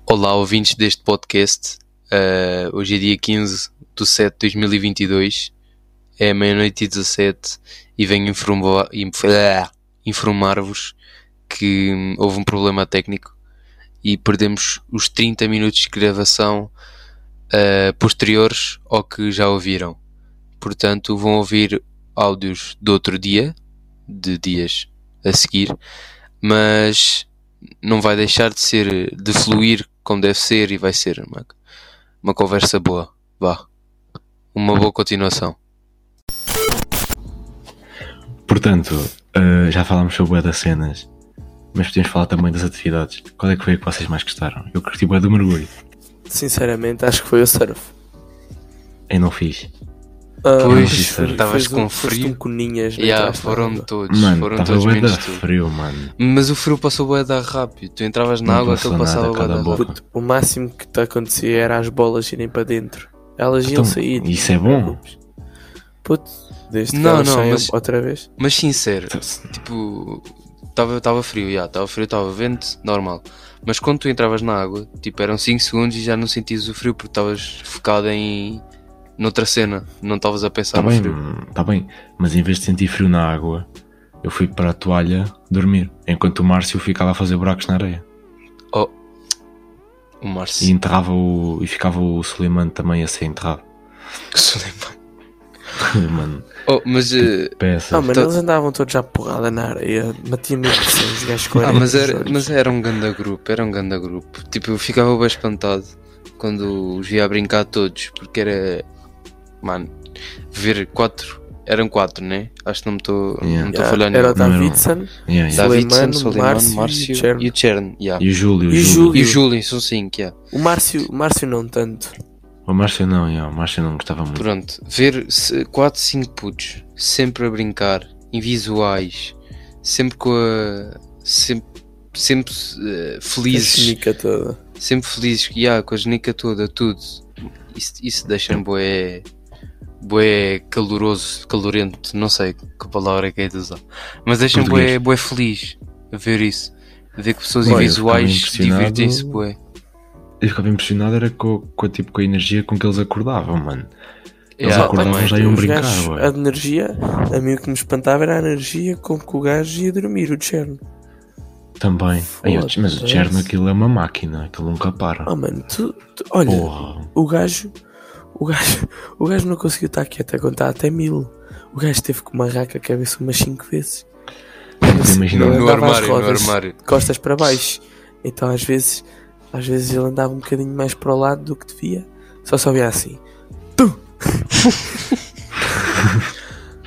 Olá, ouvintes deste podcast. Uh, hoje é dia 15 de 7 de 2022, é meia-noite e 17, e venho informo- inf- ah, informar-vos que hum, houve um problema técnico e perdemos os 30 minutos de gravação uh, posteriores ao que já ouviram. Portanto, vão ouvir áudios do outro dia, de dias a seguir, mas não vai deixar de ser, de fluir como deve ser e vai ser uma, uma conversa boa. Vá. Uma boa continuação.
Portanto, eh, já falámos sobre bué das cenas, mas podemos falar também das atividades. Qual é que foi a que vocês mais gostaram? Eu curti bué do mergulho.
Sinceramente, acho que foi o surf.
Eu não fiz.
Ah,
Pois,
mas foi-
estavas
fez
com
um- foste
frio.
um coninhas, não
Yeah,
entraste na
foram
água.
todos,
Mano,
foram
estava
todos
bué da
menos tu. Tá
frio, mano.
Mas o frio passou bué da rápido. Tu entravas na
Não
água, aquilo
passou nada,
passava bué
cala
da
a boca.
rápido.
Puto, o máximo que te acontecia era as bolas irem para dentro. Elas iam
Então,
sair.
isso é bom.
Puto, desde que
Não,
elas
não,
saiam
mas-
outra vez.
Mas sincero,
Então,
tipo, estava tava frio, já, estava frio, estava vento, normal. Mas quando tu entravas na água, tipo, eram 5 segundos e já não sentias o frio porque estavas focado em noutra cena, não estavas a pensar
Está
no
Tá bem,
frio.
está bem. Mas em vez de sentir frio na água, eu fui para a toalha dormir, enquanto o Márcio ficava a fazer buracos na areia.
O Márcio.
E enterrava o. e ficava o Suleiman também a ser enterrado. mano,
Oh, mas, eh,
peça.
Não, mas
Tá-
eles andavam todos à porrada na areia. Matiam-me os gajos com
ah,
areia
mas,
nos
era,
olhos.
mas era um ganda grupo, era um ganda grupo. Tipo, eu ficava bem espantado quando os via a brincar todos, porque era. Mano, ver quatro. Eram quatro, né? Acho que não me estou
Yeah.
a
Yeah,
falhar
Ah, Era o
nenhum.
nenhum.
Davidson,
Yeah, yeah.
Davidson,
Suleimano,
Solimano,
Márcio e
Márcio,
Chern.
e o Chern. yeah.
E o Júlio, Hum.
E o
E
Júlio.
o Júlio, são cinco, yeah.
o Márcio, o Márcio não tanto.
O Márcio não, yeah, o Márcio não gostava muito.
Pronto, ver 4, 5 putos sempre a brincar, invisuais, sempre com a. sempre, sempre eh,
A
felizes,
química toda.
sempre felizes, yeah, com a genica toda, tudo. Isso, isso deixa-me boé. boé caloroso, calorento, não sei que palavra é que é de usar, mas deixa-me boé,
Português.
boé feliz a ver isso. Ver que pessoas
Olha, eu
invisuais
fiquei impressionado.
divertem-se, boé.
Eu ficava impressionado era com, com, tipo, com a energia com que eles acordavam, mano. Eles
Yeah,
acordavam
também.
já iam
Os
brincar,
gajos,
ué.
A de energia, a mim o que me espantava era a energia com que o gajo ia dormir, o Cherno.
Também. Aí, eu- mas o
Foda-se.
Cherno aquilo é uma máquina, aquilo nunca para.
Ah, mano, tu, tu- olha,
Porra.
o gajo, o gajo, o gajo não conseguiu estar quieto a contar até mil. O gajo teve que marrar com a cabeça umas 5 vezes.
Imagina,
Não
No
andava às
armário, no
rodas,
armário.
de Costas para baixo. Então às vezes, às vezes ele andava um bocadinho mais para o lado do que devia. Só sabia assim. Tu!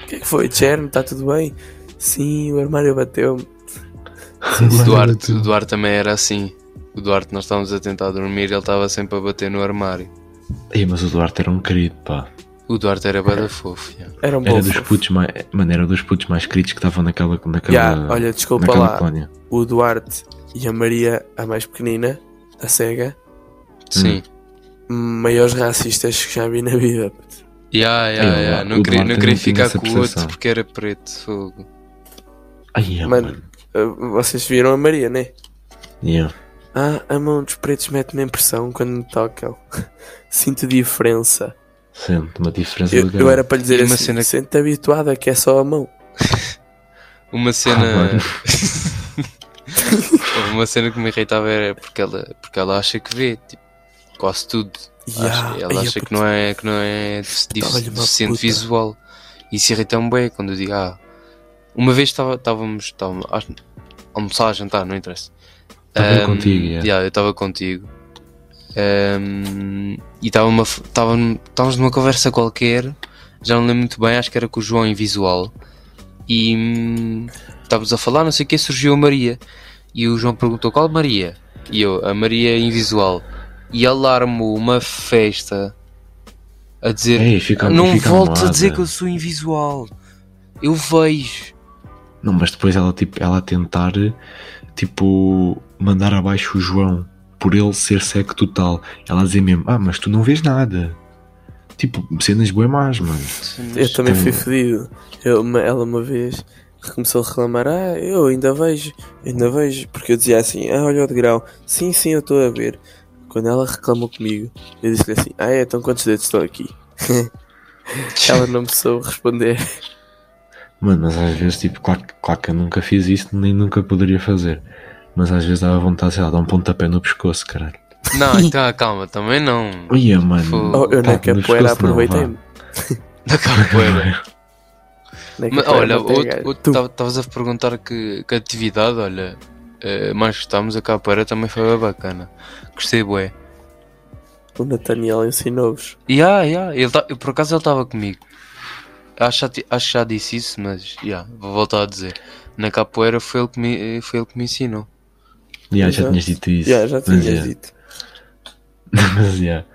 O que é que foi, Cherno? Está tudo bem? Sim, o armário bateu-me.
O Duarte, o Duarte também era assim. O Duarte, nós estávamos a tentar dormir, ele estava sempre a bater no armário.
Ei, mas o Duarte era um querido, pá.
O Duarte era bada fofo. yeah.
Era um bom
Era dos
fofo.
putos mais. Mano, era dos putos mais queridos que estavam naquela. naquela
Ya, olha, desculpa
naquela
lá.
colónia.
O Duarte e a Maria, a mais pequenina, a cega,
Sim.
maiores racistas que já vi na vida. puto.
Yeah, yeah,
Ei, o
yeah.
Duarte-
Não
o
queria, não
Duarte
queria
não tinha
ficar
essa
com o outro
percepção.
porque era preto. Fogo.
Ai, é,
Mano,
mano.
uh, vocês viram a Maria, né?
Ya.
Ah, a mão dos pretos mete-me a impressão quando me tocam. Sinto diferença.
Sente uma diferença
Eu,
do
eu era para lhe dizer
E uma
assim,
cena que-
sente habituada que é só a mão.
Uma
Ah,
cena.
mano.
Houve uma cena que me irritava era porque ela, porque ela acha que vê, tipo, quase tudo.
Ya,
Acha- ela
ai,
acha que
puto,
não é, que não é
Tava-lhe uma
deficiente
puta.
visual. Isso irrita-me bem quando eu digo, ah, uma vez estava- estávamos, estávamos a almoçar, a jantar, não interessa.
Estava eu
Ahm,
contigo, yeah.
yeah, eu estava contigo. Ahm, e estava uma f- estava- estávamos numa conversa qualquer, já não lembro muito bem, acho que era com o João em visual. E hum, estávamos a falar, não sei o que, surgiu a Maria. E o João perguntou qual Maria? E eu, a Maria em visual. E alarmou uma festa a dizer: "Ah,
Ei, fica-
Não
É, fica
volto a
amada."
dizer que eu sou invisual. Eu vejo.
Não, mas depois ela, tipo, ela tentar, tipo, mandar abaixo o João por ele ser cego total. Ela dizer mesmo, ah, mas tu não vês nada. Tipo, cenas bem más, mano.
Eu também fui fodido. Eu- uma- ela uma vez começou a reclamar: Ah, eu ainda vejo, ainda vejo. Porque eu dizia assim: Ah, olha o degrau. Sim, sim, eu estou a ver. Quando ela reclamou comigo, eu disse-lhe assim: Ah, é, então quantos dedos estão aqui? ela não me soube responder.
Mano, mas às vezes, tipo, claro, que- claro que eu nunca fiz isso, nem nunca poderia fazer. Mas às vezes dava vontade, sei lá, de dar um pontapé no pescoço, caralho.
Não, então calma, também não.
Olha, mano.
Fogo.
Oh, eu na
Pá, no
capoeira
pescoço não, vá.
aproveitei-me.
Da capoeira.
Na
Mas,
capoeira
olha,
matei gajo. Tu,
estavas a perguntar que, que atividade, olha, eh, mais gostámos, a capoeira também foi bem bacana. Gostei, bué.
O Nathaniel ensinou-vos.
E ah, e ah, ele tá- eu, por acaso ele estava comigo. acho, já ti- acho que já disse isso, mas já, vou voltar a dizer. Na capoeira foi ele que me, foi ele que me ensinou.
Yeah, já
Exato.
tinhas dito isso. é.
Yeah, já
mas,
tinhas
yeah.
dito.
Mas, yeah.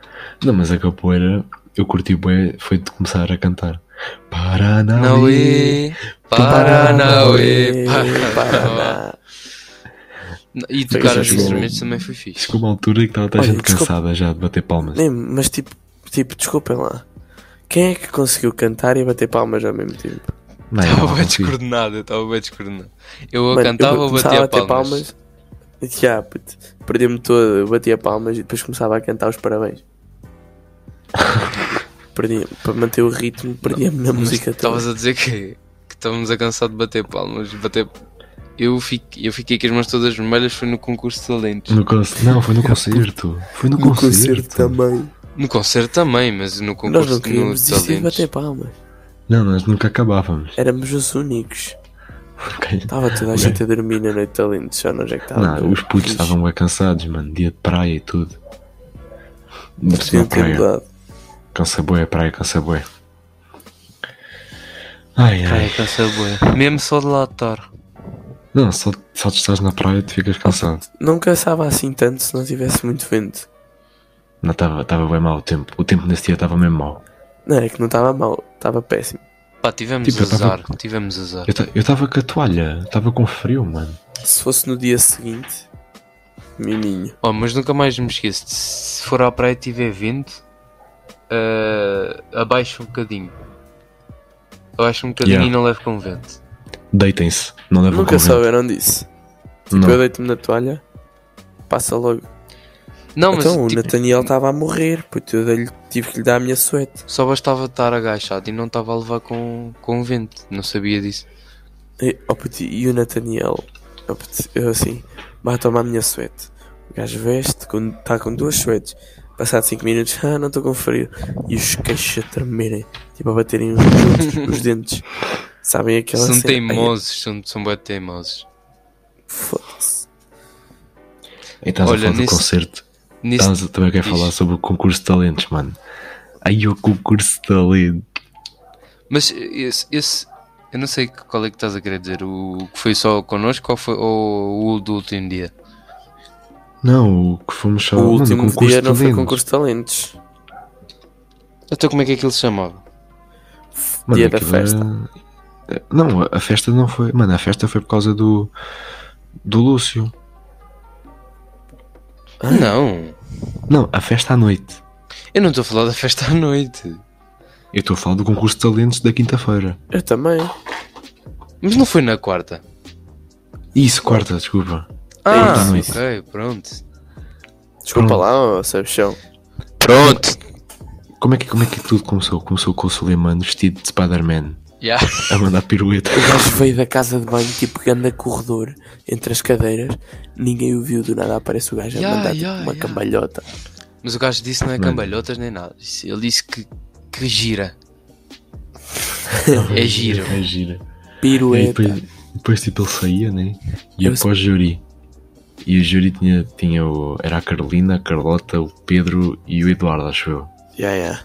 Não, mas é a capoeira, eu curti bué, foi de começar a cantar. Paranauê.
Nauê, Paranauê, Paranauê.
Paranauê, Paraná.
E tocar
Isso é
os
bom.
instrumentos também foi fixe.
Chegou uma altura que estava toda a
Olha,
gente
desculpa.
cansada já de bater palmas.
Nem, mas tipo, tipo, desculpem lá. Quem é que conseguiu cantar e bater palmas ao mesmo tempo?
Não, eu não
Estava bem
consegui.
descoordenado, eu estava bem descoordenado. Eu ou
Mano,
cantava ou
começava
batia palmas.
palmas. Já, puto, perdi-me todo, eu batia palmas e depois começava a cantar os parabéns. perdi para manter o ritmo, perdia-me na
Mas
música toda.
Estavas a dizer que, que estávamos a cansar de bater palmas. Bater... Eu, fiquei, eu fiquei com as mãos todas vermelhas, foi no concurso de talentos.
No conce- Não, foi no concerto. Foi no,
No
concerto.
concerto também.
No concerto também, mas no
Nós
concurso
não
de no
queríamos desistir de
talentos.
bater palmas.
Não, nós nunca acabávamos.
Éramos os únicos.
Ok.
Estava toda a gente a dormir na noite de talentos, só nós é que estávamos.
Não, os putos
Fixe.
estavam bem cansados, mano. Dia de praia e tudo.
Podiam
Não
ter
praia.
mudado.
Cansa bué, praia cansa bué. Ai, ai.
Ai, cansei bué. Mesmo só de lá de estar.
Não, só, só tu estás na praia e tu ficas cansado.
Não cansava assim tanto se não tivesse muito vento.
Não, estava tava bem mau o tempo. O tempo nesse dia estava mesmo mau.
Não, é que não estava mal, estava péssimo.
Pá, tivemos
Tipo, eu tava-
azar. Tivemos azar.
Eu estava com a toalha, estava com frio, mano.
Se fosse no dia seguinte, miminho.
Oh, mas nunca mais me esqueço. Se for à praia e tiver vento, eh, abaixo um bocadinho. Abaixo um bocadinho
Yeah.
e não levo com vento.
Deitem-se, não levam
Nunca
com vento.
souberam disso. Tipo,
Não.
eu deito-me na toalha, passa logo.
Não, mas
então, o
tipo,
Nathaniel estava a morrer, puto, eu dei-lhe- tive que lhe dar a minha suete.
só bastava estar agachado e não estava a levar com, com vento. Não sabia disso.
E, oh, puto, e o Nathaniel, oh, puto, eu assim, vai tomar a minha suete. O gajo veste, está com duas suetes. Passado 5 minutos, ah, não estou com frio. E os queixos a tremerem, tipo a baterem uns nos outros, os dentes. Sabem aquela
São
cena? Ai,
teimosos, são, são bem teimosos.
Foda-se.
E estás a
Olha,
falar do
nesse-
concerto.
Nisso,
Estás a também quer
diz.
falar sobre o concurso de talentos, mano. Aí o concurso de talentos.
Mas esse, esse- eu não sei qual é que estás a querer dizer. O que foi só connosco ou, foi, ou o do último dia?
Não, o que fomos só.
o
mano,
último
concurso
dia
de
não foi
talentos.
concurso de talentos.
Então como é que aquilo se chamava?
Mano,
dia da
aquilo é era- Não, a festa não foi. Mano, a festa foi por causa do. Do Lúcio.
Ah, Não,
Não, a festa à noite.
eu não estou a falar da festa à noite.
Eu estou a falar do concurso de talentos da quinta-feira.
Eu também.
Mas não foi na quarta.
Isso, quarta, desculpa.
Ah,
à noite.
ok, pronto.
Desculpa
Pronto.
lá, oh, Sabichão.
Pronto!
Como é que, como é que tudo começou? Começou com o Suleimano vestido de Spider-Man
Ya.
a mandar pirueta.
O gajo veio da casa de banho, tipo, grande corredor, entre as cadeiras. Ninguém o viu, do nada aparece o gajo
Ya,
a mandar
ya,
tipo, uma
ya.
cambalhota.
Mas o gajo disse não é
Mano.
cambalhotas nem nada. Disse- Ele disse que, que gira. É giro.
É giro. E
Pirueta.
depois, depois tipo ele saía, né? E
Eu
após o júri. E o júri tinha, tinha o. Era a Carolina, a Carlota, o Pedro e o Eduardo, acho eu.
Ya, ya.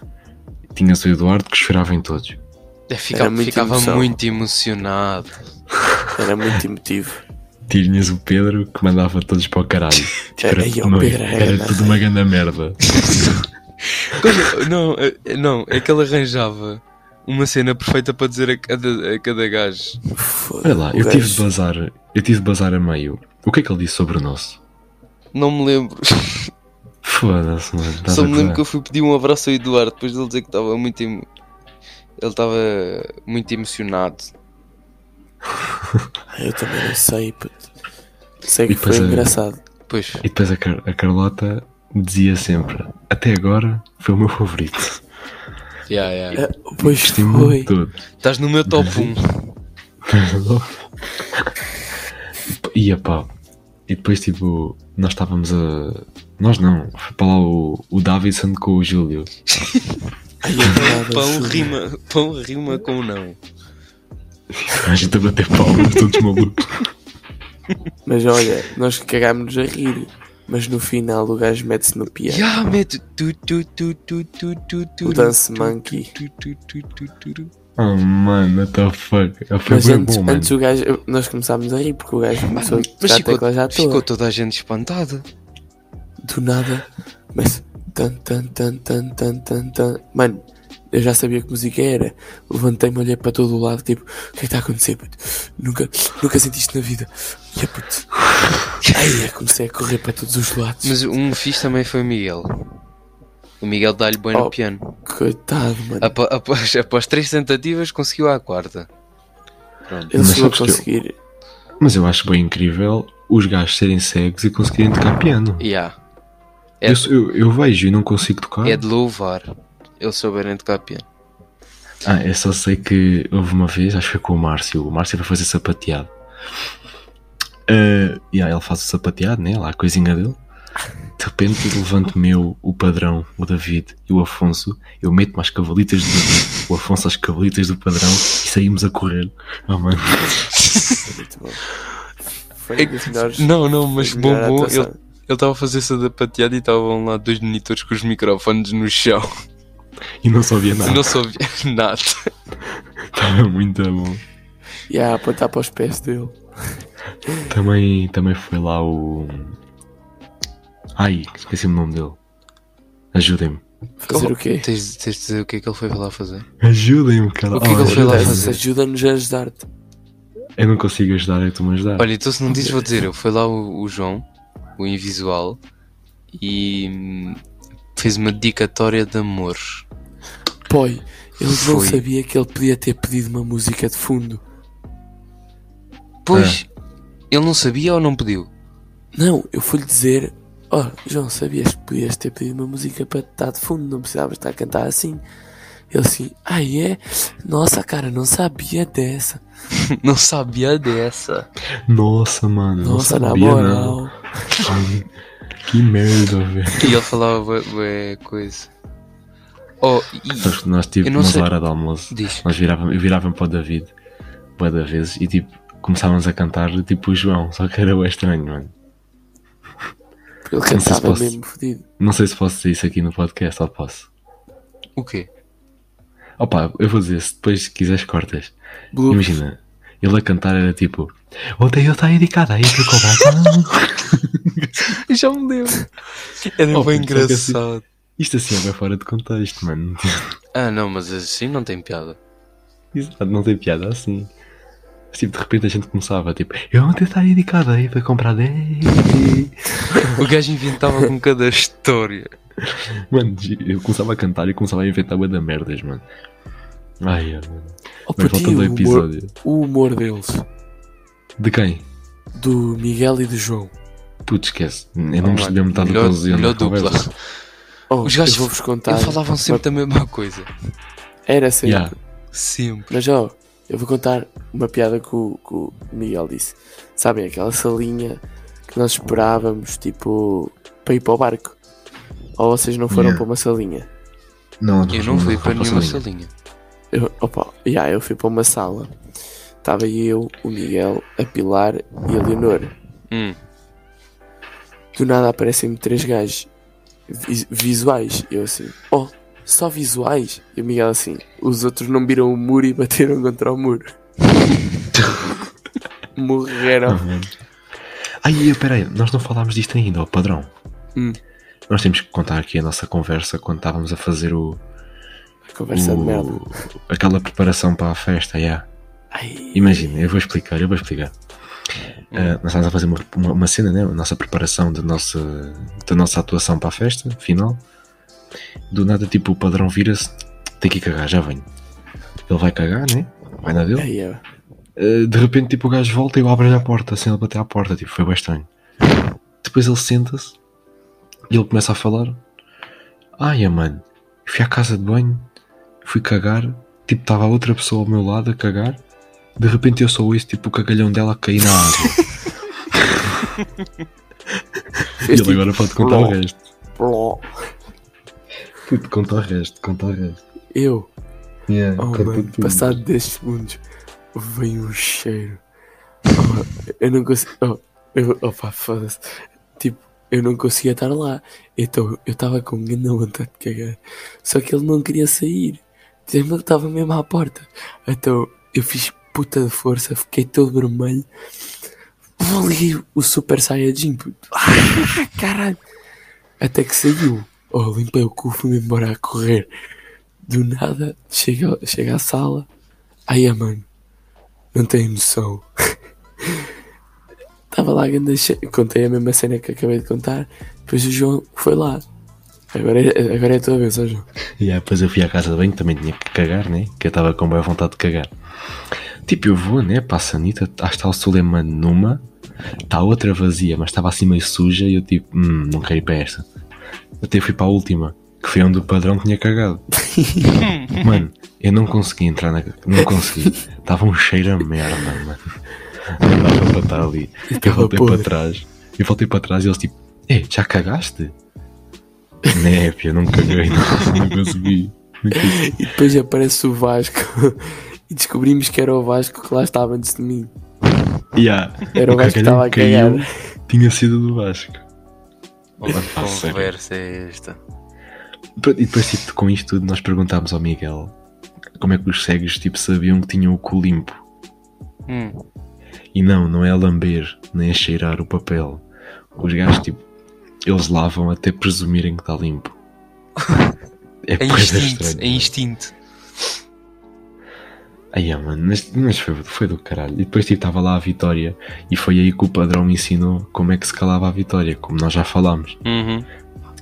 Tinha-se o Eduardo que chorava em todos.
É, Ficava,
Era muita
ficava
emoção.
muito emocionado.
Era muito emotivo.
Tinhas o Pedro que mandava todos para o caralho. Tipo, era,
Ei,
tudo
o
uma,
Pedro era
era
grande né?
tudo uma grande merda.
Coisa- não, é- não, é que ele arranjava uma cena perfeita para dizer a cada, a cada gajo.
Foda-se.
Olha lá,
O
eu tive de
gajo-
bazar, eu tive de bazar a meio. O que é que ele disse sobre o nosso?
Não me lembro.
Foda-se, mano. estás
Só
a
me lembro
gozar?
que eu fui pedir um abraço ao Eduardo depois dele dizer que estava muito. emo- Ele estava muito emocionado.
Eu também não sei, puto. Sei
E
que
depois
foi
a-
engraçado.
Pois,
E depois a, Car- a Carlota dizia sempre: Até agora foi o meu favorito.
yeah, yeah.
Ah, Pois
Gostei-me
foi.
de tudo.
estás no meu top 1.
Ia pá. E depois, tipo, nós estávamos a. Nós não, foi para lá o, o Davidson com o Júlio.
Ai, eu adorava
Pão
isso.
rima, pão rima com não.
A gente a bater palmas, todos malucos.
Mas olha, nós cagámos-nos a rir. Mas no final o gajo mete-se no piano.
Yeah, man. Tu, tu, tu, tu, tu, tu, tu, tu,
O Dance
tu,
Monkey.
tu, tu, tu, tu, tu, tu.
Oh, mano, what the fuck. Foi
Mas
bem
antes,
bom, mano.
antes o gajo. Nós começámos a rir porque o gajo começou a
Mas
tocar a
ficou,
tecla já
ficou
toda.
toda a gente espantada.
Do nada. Mas. Tan, tan, tan, tan, tan, tan, tan. Mano, eu já sabia que música era. Levantei-me, olhei para todo o lado, tipo, o que é que está a acontecer, puto? Nunca, nunca senti isto na vida. E eu, puto. Aí eu comecei a correr para todos os lados.
Mas um fixe também foi o Miguel. O Miguel dá-lhe bem
Oh.
no piano.
Coitado, mano.
Apo- Após, após três tentativas, conseguiu a quarta. Pronto.
Ele
Mas
chegou a
sabes que eu-
conseguir.
Mas eu acho bem incrível os gajos serem cegos e conseguirem tocar piano.
Yeah. É,
Eu, sou- eu, eu vejo e não consigo tocar.
é de louvar. Eles souberem tocar piano.
Ah, eu só sei que houve uma vez, acho que foi com o Márcio. O Márcio foi fazer sapateado. Ah, e aí ele faz o sapateado, né? Lá a coisinha dele. De repente levanto-me eu, o padrão, o David e o Afonso. Eu meto-me às cavalitas do David, o Afonso às cavalitas do padrão e saímos a correr. Oh, mano.
Muito bom. Foi um dos melhores.
É Não, não, mas
foi a melhor
bombom.
atuação.
Ele estava a fazer essa da pateada e estavam lá dois monitores com os microfones no chão.
E não sabia nada.
Não soube nada.
Estava muito bom.
E a apontar para os pés dele.
Também, também foi lá o. Ai, esqueci o nome dele. Ajudem-me.
Fazer o quê?
Tens, tens de dizer o que é que ele foi lá fazer?
Ajudem-me, cara.
O que é que ele foi lá
ajudem-me.
fazer?
Ajuda-nos a ajudar-te.
Eu não consigo ajudar, é eu estou-me a ajudar.
Olha, então se não dizes, vou dizer eu. Foi lá o, o João, o invisual, e hum, fez uma dedicatória de amor.
Poi, ele não
Foi.
sabia que ele podia ter pedido uma música de fundo.
Pois, ele não sabia ou não pediu?
Não, eu fui-lhe dizer: Ó, João, sabias que podias ter pedido uma música para estar de fundo, não precisavas estar a cantar assim. Ele assim: Ah, é? Nossa, cara, não sabia dessa.
Não sabia dessa.
Nossa, mano.
Nossa,
não
na
sabia,
moral.
não. Que merda, velho.
E ele falava bué- bué coisa. Oh, e...
Sabes que nós
Eu
tivemos
não
uma
sei.
hora de almoço.
Diz.
Nós virávamos, eu virava para o David, boa da vezes, e tipo, começávamos a cantar, tipo, o João. Só que era o estranho, mano.
Porque ele
Não sei se
cantava
posso.
mesmo fodido.
Não sei se posso dizer isso aqui no podcast, ou posso.
O quê?
Opa, eu vou dizer, se depois quiseres cortas.
Blue.
Imagina, ele a cantar era tipo Ontem eu estava indicada aí que o
Já me deu. Era
Oh,
bem
puto, só que assim-
engraçado.
Isto assim é bem fora de contexto, mano.
Ah, não, mas assim não tem piada.
Exato, não tem piada assim. Mas, tipo, de repente a gente começava tipo Eu ontem estava indicada aí para comprar 10.
O gajo inventava com cada história.
Mano, eu começava a cantar e começava a inventar bué da merdas, mano. Ai, é, mano.
Oh,
Mas voltando ao
putinho, o humor,
episódio.
o humor deles,
De quem?
do Miguel e do João.
Putz, esquece. Eu
Oh,
não percebi a
mano,
metade do que
melhor,
eles diziam
melhor
na conversa.
dupla.
Oh,
Os gajos
eu vou-vos contar.
Eles falavam sempre a mesma coisa.
Era sempre.
Yeah.
Sempre.
Mas ó, eu vou contar uma piada que o, que o Miguel disse. Sabem, aquela salinha que nós esperávamos, tipo, para ir para o barco. Ou vocês não foram
Yeah.
para uma salinha?
Não,
Eu não fui para nenhuma
salinha.
salinha.
Eu, opa, yeah, eu fui para uma sala. Estava eu, o Miguel, a Pilar e a Leonor.
Hum.
Do nada aparecem-me três gajos vi- visuais. Eu assim, oh, só visuais? E o Miguel assim, os outros não viram o muro e bateram contra o muro. Morreram.
Ai, Uhum. eu- peraí, nós não falámos disto ainda, ó padrão.
Hum.
Nós temos que contar aqui a nossa conversa quando estávamos a fazer o,
Conversa de
o-
merda.
aquela preparação para a festa, yeah.
Ai,
Imagina, eu vou explicar, eu vou explicar. Ah, nós estávamos a fazer uma, uma- uma cena, né? A nossa preparação da nossa, da nossa atuação para a festa, final. Do nada, tipo, o padrão vira-se, tem que ir cagar, já venho. Ele vai cagar, né? Vai na dele.
ai, é.
Uh, de repente, tipo, o gajo volta e eu abro-lhe a porta, assim, ele bater à porta, tipo, foi bem estranho. Depois ele senta-se e ele começa a falar: Ai, ah, mano, fui à casa de banho, fui cagar, tipo, estava outra pessoa ao meu lado a cagar, de repente eu só ouço, tipo, o cagalhão dela a cair na água. e
tipo,
ele agora pode contar o resto.
Pló.
Puto, conta o resto, conta o resto.
Eu,
Yeah,
oh,
conta
mano,
tudo.
passado 10 segundos, veio um cheiro. Oh, eu não consigo. Oh, eu, opa, foda-se. Tipo, eu não conseguia estar lá. Então, eu estava com um grande vontade de cagar. Só que ele não queria sair. Dizem-me que estava mesmo à porta. Então eu fiz puta de força, fiquei todo vermelho. Liguei o Super Saiyajin, puto. Ah, caralho. Até que saiu. Oh, limpei o cu, fui-me embora a correr. Do nada, chega, chega à sala. Aí a mano, não tem noção. Estava lá, ganda che- contei a mesma cena que acabei de contar. Depois o João foi lá. Agora é, agora é a tua vez, ó João.
E aí, depois eu fui à casa de banho, também tinha que cagar, né? Que eu estava com boa vontade de cagar. Tipo, eu vou, né? Para a sanita, ah, está o Suleiman numa, está a outra vazia, mas estava assim meio suja e eu tipo, hum, não quero ir para esta. Até fui para a última, que foi onde o padrão tinha cagado. mano, eu não consegui entrar na. Não consegui. Estava um cheiro a merda, mano. Não dava para estar ali. Eu
Estava
voltei
podre.
para trás. Eu voltei para trás e eles tipo, ei, já cagaste? Né, pia, não caguei, não, não consegui. Não consegui.
E depois aparece o Vasco. e descobrimos que era o Vasco que lá estava antes de mim.
Yeah.
Era o gajo que estava a cagar.
caiu, tinha sido do Vasco. Ah, sério?
Conversa é esta.
Pronto, E depois, tipo, com isto tudo, nós perguntámos ao Miguel como é que os cegos, tipo, sabiam que tinham o cu limpo.
Hum.
E não, não é a lamber, nem a cheirar o papel. Os gajos, tipo, eles lavam até presumirem que está limpo. É,
É
bué de
instinto,
estranho,
é instinto.
Aí, ah, mano, mas, mas foi, foi do caralho. E depois, tipo, estava lá a Vitória. E foi aí que o padrão me ensinou como é que se calava a Vitória, como nós já falámos.
Uhum.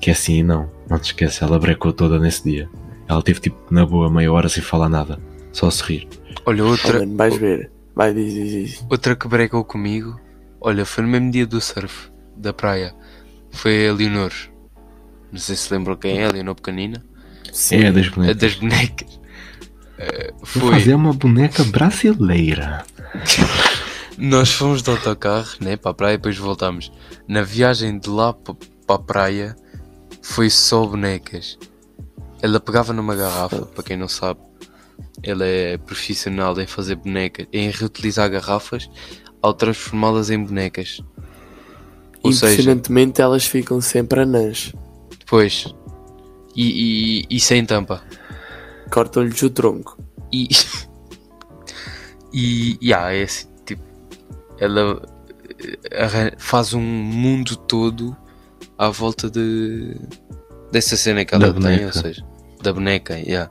Que é assim e não. Não te esqueças, ela brecou toda nesse dia. Ela teve, tipo, na boa, meia hora sem falar nada. Só a sorrir.
Olha,
Oh,
outra,
mano, vais ver. Vai, diz, diz, diz.
outra que brecou comigo. Olha, foi no mesmo dia do surf, da praia. Foi a Leonor. Não sei se lembram quem é, a Leonor pequenina.
Sim.
É, das
A
bonecas.
das bonecas. Eh,
Vou
foi.
fazer uma boneca brasileira.
Nós fomos de autocarro, né, para a praia e depois voltámos. Na viagem de lá pa- para a praia foi só bonecas. Ela pegava numa garrafa, para quem não sabe, ela é profissional em fazer bonecas, em reutilizar garrafas ao transformá-las em bonecas. Ou seja,
Impressionantemente elas ficam sempre anãs.
depois. E, e- e sem tampa.
Cortam-lhes o tronco.
E. E. e há esse tipo. Ela eh, arran- faz um mundo todo à volta de. dessa cena que
Da
ela tem,
boneca.
ou seja, da boneca, yeah.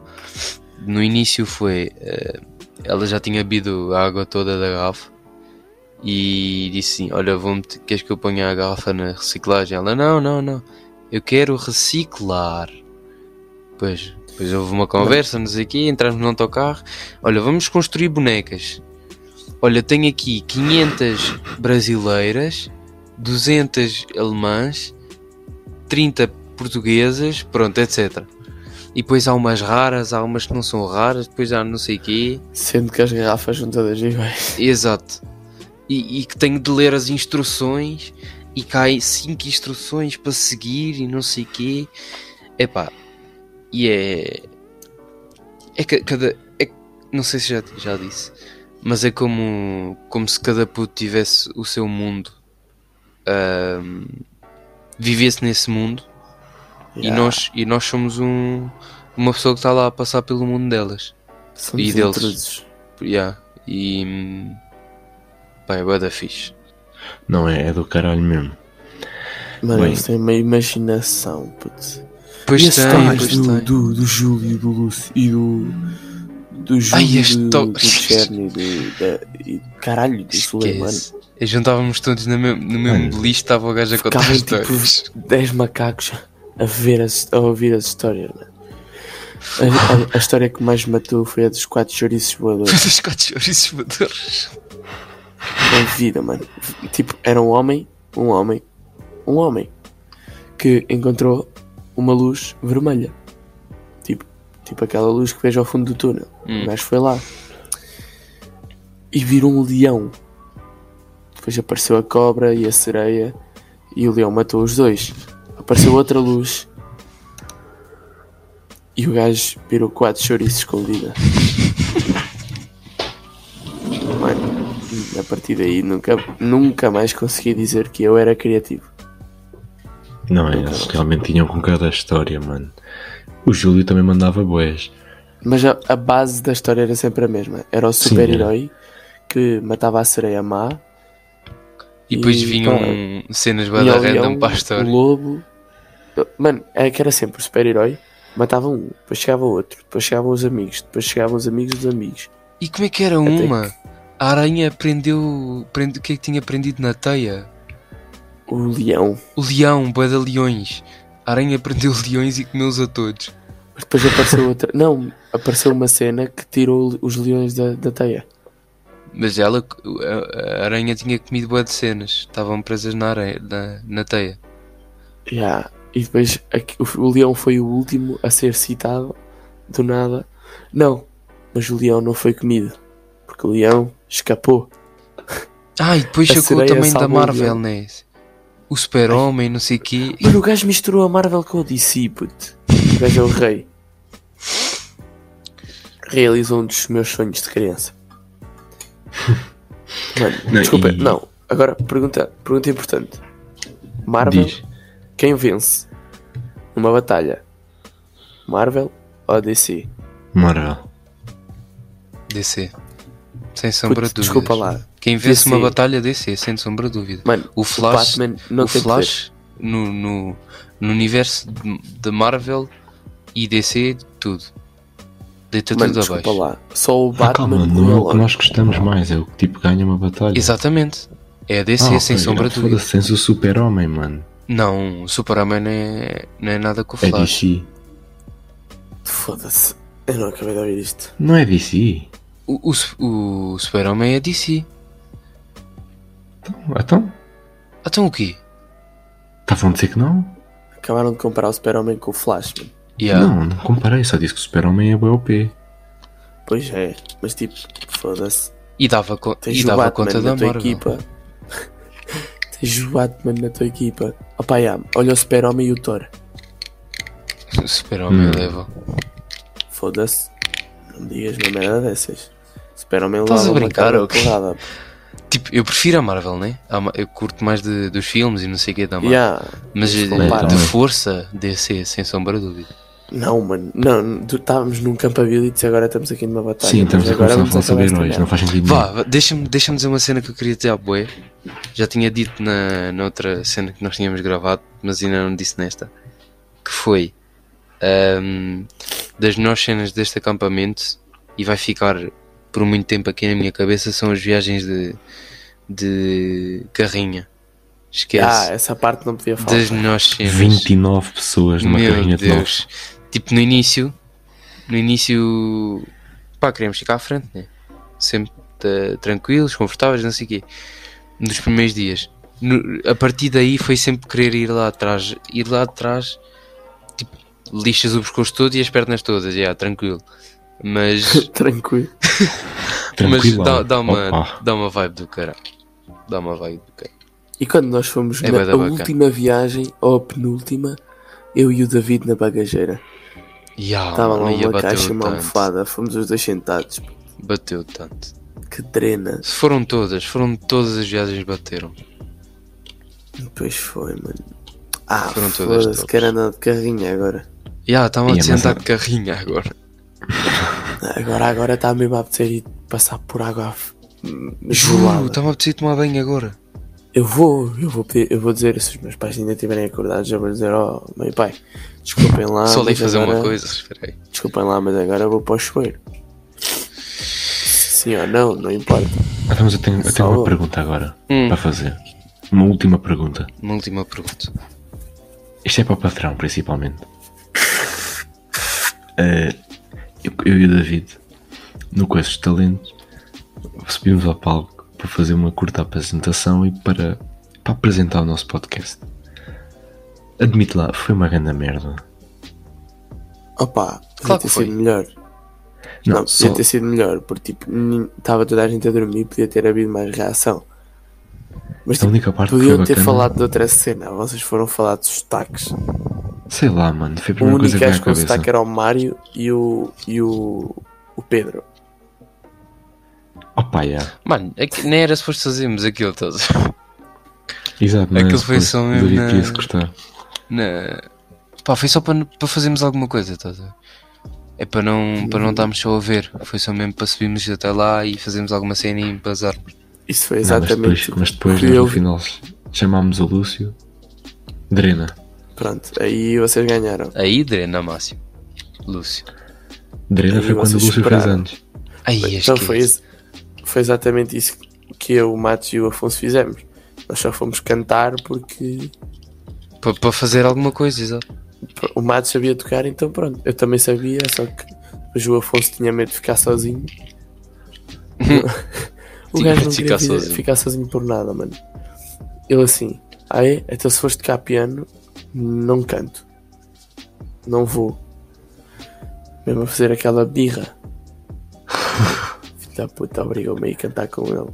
No início foi. eh, ela já tinha bebido a água toda da garrafa e disse assim: Olha, vou meter, queres que eu ponha a garrafa na reciclagem? Ela: Não, não, não, eu quero reciclar. Pois, depois houve uma conversa, não sei o quê, entramos no autocarro. Olha, vamos construir bonecas. Olha, tenho aqui 500 brasileiras, 200 alemãs, 30 portuguesas, pronto, etc. E depois há umas raras, há umas que não são raras, depois há não sei o quê.
Sendo que as garrafas são todas iguais.
Exato. E, e que tenho de ler as instruções e cai cinco instruções para seguir e não sei quê. Epá. E é. É ca- cada. É, não sei se já, já disse. Mas é como, como se cada puto tivesse o seu mundo. Ahm, vivesse nesse mundo. E,
Yeah.
nós, e nós somos um, uma pessoa que está lá a passar pelo mundo delas.
São
e
os
deles?
intrusos.
Yeah. E. hum, Pá, é bué da fixe.
Não é, é do caralho mesmo.
Mano,
Bem.
eles têm uma imaginação, puto.
Pois
e as
tem,
histórias
pois
do,
tem.
do, do Júlio, do Lúcio e do. Do Júlio,
as
do,
to-
do Cherny, do, da, e caralho, do Suleimano.
Esquece. E juntávamos todos no mesmo, no mesmo
Mano.
lixo, estava o gajo a contar
Ficavam
histórias.
tipo 10 macacos a, ver as, a ouvir as histórias, mano. A, a- a história que mais me matou foi a dos quatro chouriços voadores
Os quatro chouriços voadores.
da vida, mano. Tipo, era um homem, um homem, um homem que encontrou uma luz vermelha. Tipo, tipo aquela luz que vejo ao fundo do túnel. O gajo foi lá e virou um leão. Depois apareceu a cobra e a sereia e o leão matou os dois. Apareceu outra luz e o gajo virou quatro chouriços escondida. Mano, a partir daí nunca, nunca mais consegui dizer que eu era criativo.
Não é, eles realmente tinham com cada história, mano. O Júlio também mandava boés.
Mas a, a base da história era sempre a mesma. Era o super-herói que matava a sereia má
E depois
E
vinham
pronto.
cenas
e
bada
o leão,
random para a história.
o lobo. Mano, é que era sempre o super-herói. Matava um, depois chegava outro, depois chegavam os amigos, depois chegavam os amigos dos amigos.
E como é que era
Até
uma? A aranha prendeu. Prende, o que é que tinha prendido na teia?
O leão.
O leão, bué de leões. A aranha prendeu leões e comeu-os a todos.
Mas depois apareceu outra. Não, apareceu uma cena que tirou os leões da, da teia.
Mas ela, a, a aranha tinha comido bué de cenas. Estavam presas na, areia, na, na teia.
Ya, E depois aqui- o, o leão foi o último a ser citado. Do nada. Não, mas o leão não foi comido. Porque o leão escapou.
Ah, e depois
A
chegou
sereia
também da
salvou o
Marvel,
leão.
né? O super-homem, não sei o quê.
Mano, o gajo misturou a Marvel com o DC, puto. O gajo é o rei. Realizou um dos meus sonhos de criança. Mano,
Não,
desculpa,
e-
não. Agora, pergunta, pergunta importante. Marvel,
Diz.
quem vence numa batalha? Marvel ou DC?
Moral.
DC. Sem
Puto,
sombra de dúvida.
desculpa lá.
Quem vence
DC.
uma batalha DC, sem sombra de dúvida.
Mano,
O Flash,
Batman não
o
tem
Flash no, no, no universo de de Marvel e DC, tudo. Deita
é
poder. Mano,
tudo
desculpa
abaixo.
lá. Só o
Ah,
Batman
calma, não é o
ganhou
que nós gostamos mais, é o que tipo ganha uma batalha.
Exatamente. É a
Ah,
DC,
ok,
sem sombra
não,
de dúvida.
Foda-se, tens o super-homem, mano.
Não, o Superman não é, não é nada com o
É
Flash.
DC.
Foda-se. Eu não acabei de ouvir isto.
Não é DC?
o, o su- o Super-Homem é DC.
Então,
Então o quê?
estavam a dizer que não?
Acabaram de comparar o Super-Homem com o Flash, mano.
Yeah.
Não, não comparei, só disse que o super-homem é BOP.
Pois é, mas tipo, foda-se.
E dava, co-
Tens
e
o
dava
Batman
conta da
na tua
Marvel.
equipa. Tens o Batman na tua equipa. Opa, já, olha o Super-Homem e o Thor.
O Super-Homem
Hum.
leva.
Foda-se. Não me digas uma merda dessas. Super-Homem
Estás
levava
a
uma
brincar,
cara
ou quê?
porrada.
Tipo, eu prefiro a Marvel, né? A Ma- Eu curto mais de- dos filmes e não sei o que da Marvel.
Já.
Mas eh,
Compara.
de força, DC, sem sombra de dúvida.
Não, mano. Não, tu- estávamos num campo habilites e agora estamos aqui numa
Tá,
batalha.
Sim, estamos
Mas
a começar a falar sobre
acabar esta
heróis,
merda.
não faz sentido
Vá,
nenhum.
vá, deixa-me deixa dizer uma cena que eu queria dizer à boé. Já tinha dito na, na outra cena que nós tínhamos gravado, mas ainda não disse nesta. Que foi ahm, das melhores cenas deste acampamento e vai ficar por muito tempo aqui na minha cabeça são as viagens de, de carrinha.
Ah,
Esquece.
essa parte não podia falar.
das melhores cenas.
29 pessoas um numa
Meu
carrinha de nove.
Deus. Tipo, no início, no início, pá, queríamos ficar à frente, né? Sempre tá, tranquilos, confortáveis, não sei o quê. Nos primeiros dias. No- a partir daí foi sempre querer ir lá atrás. Ir lá atrás, tipo, lixas o pescoço todo e as pernas todas, já, tranquilo. Mas,
Tranquilo.
mas
Tranquilo.
dá, dá uma,
Opa.
dá uma vibe do caralho. Dá uma vibe do caralho.
E quando nós fomos
É
na
bué da
a
bacana.
última viagem, ou a penúltima, eu e o David na bagageira.
Ya,
Estava lá
mano, ia
uma
bateu
caixa e uma
tanto,
almofada, fomos os dois sentados.
Bateu tanto.
Que drena.
Se foram todas, foram todas as viagens bateram.
Depois foi, mano. Ah,
Foram todas
foda-se,
tops.
quero andar de carrinho agora.
Ya, estão a
Ia, mas
sentar
é-
de carrinha agora.
Agora, agora está mesmo a apetecer ir passar por água f-
Juro,
gelada.
estão a precisar tomar banho agora.
Eu vou, eu vou pedir, eu vou dizer, se os meus pais ainda estiverem acordados, eu vou dizer, ó, meu pai, desculpem lá.
Só ali
Ah, mas
fazer uma
agora-
coisa, espera aí.
Desculpem lá, mas agora eu vou para o chuveiro. Sim ou não, não importa.
Ah, mas eu tenho, eu tenho
Só-
uma pergunta agora
Hum.
para fazer. Uma última pergunta.
Uma última pergunta.
Isto é para o patrão, principalmente. Eh, eu, eu e o David, no Coisas de Talentos, subimos ao palco para fazer uma curta apresentação e para, para apresentar o nosso podcast. Admito lá, foi uma grande merda.
Opa,
Claro
podia
que
ter
foi.
sido melhor. Não,
Não,
podia
só,
ter sido melhor, porque tipo, estava toda a gente a dormir, podia ter havido mais reação.
a
Mas tipo,
única parte que foi
podiam ter
bacana,
falado de outra cena, vocês foram falar de sotaques.
sei lá, mano, foi a
O
primeira
único
coisa que veio
gajo
à
com
cabeça.
sotaque era o Mário e o. e o. o Pedro.
Opa, yeah.
Mano, é que nem era suposto fazermos aquilo todo.
Exato, não é?
Aquilo foi só
Depois,
mesmo
David
na-
podia se gostar.
Na... Pá, foi só para, para fazermos alguma coisa, estás a ver? É para não, para não estarmos só a ver. Foi só mesmo para subirmos até lá e fazermos alguma cena e bazarmos.
Isso foi
Não, mas
exatamente.
depois,
o
mas depois
que
nós
eu
no final chamámos o Lúcio. Drena.
Pronto, aí vocês ganharam.
Aí, Drena, Máximo. Lúcio.
Drena
Aí
foi quando o
vocês
Lúcio fez
esperaram.
anos.
Aí,
Então
esquece.
foi, ex- foi exatamente isso que eu, o Matos e o Afonso fizemos. Nós só fomos cantar porque
Pa- Para fazer alguma coisa, exato.
pr- o Matos sabia tocar, então pronto. Eu também sabia, só que depois o Afonso tinha medo de ficar sozinho. o
Tinha medo
gajo
de ficar
não queria ficar
sozinho.
sozinho. ficar sozinho por nada, mano. Ele assim, ah é? Então se fores tocar piano, não canto. Não vou. Mesmo a fazer aquela birra. Filho da puta, obrigou-me a ir cantar com ele.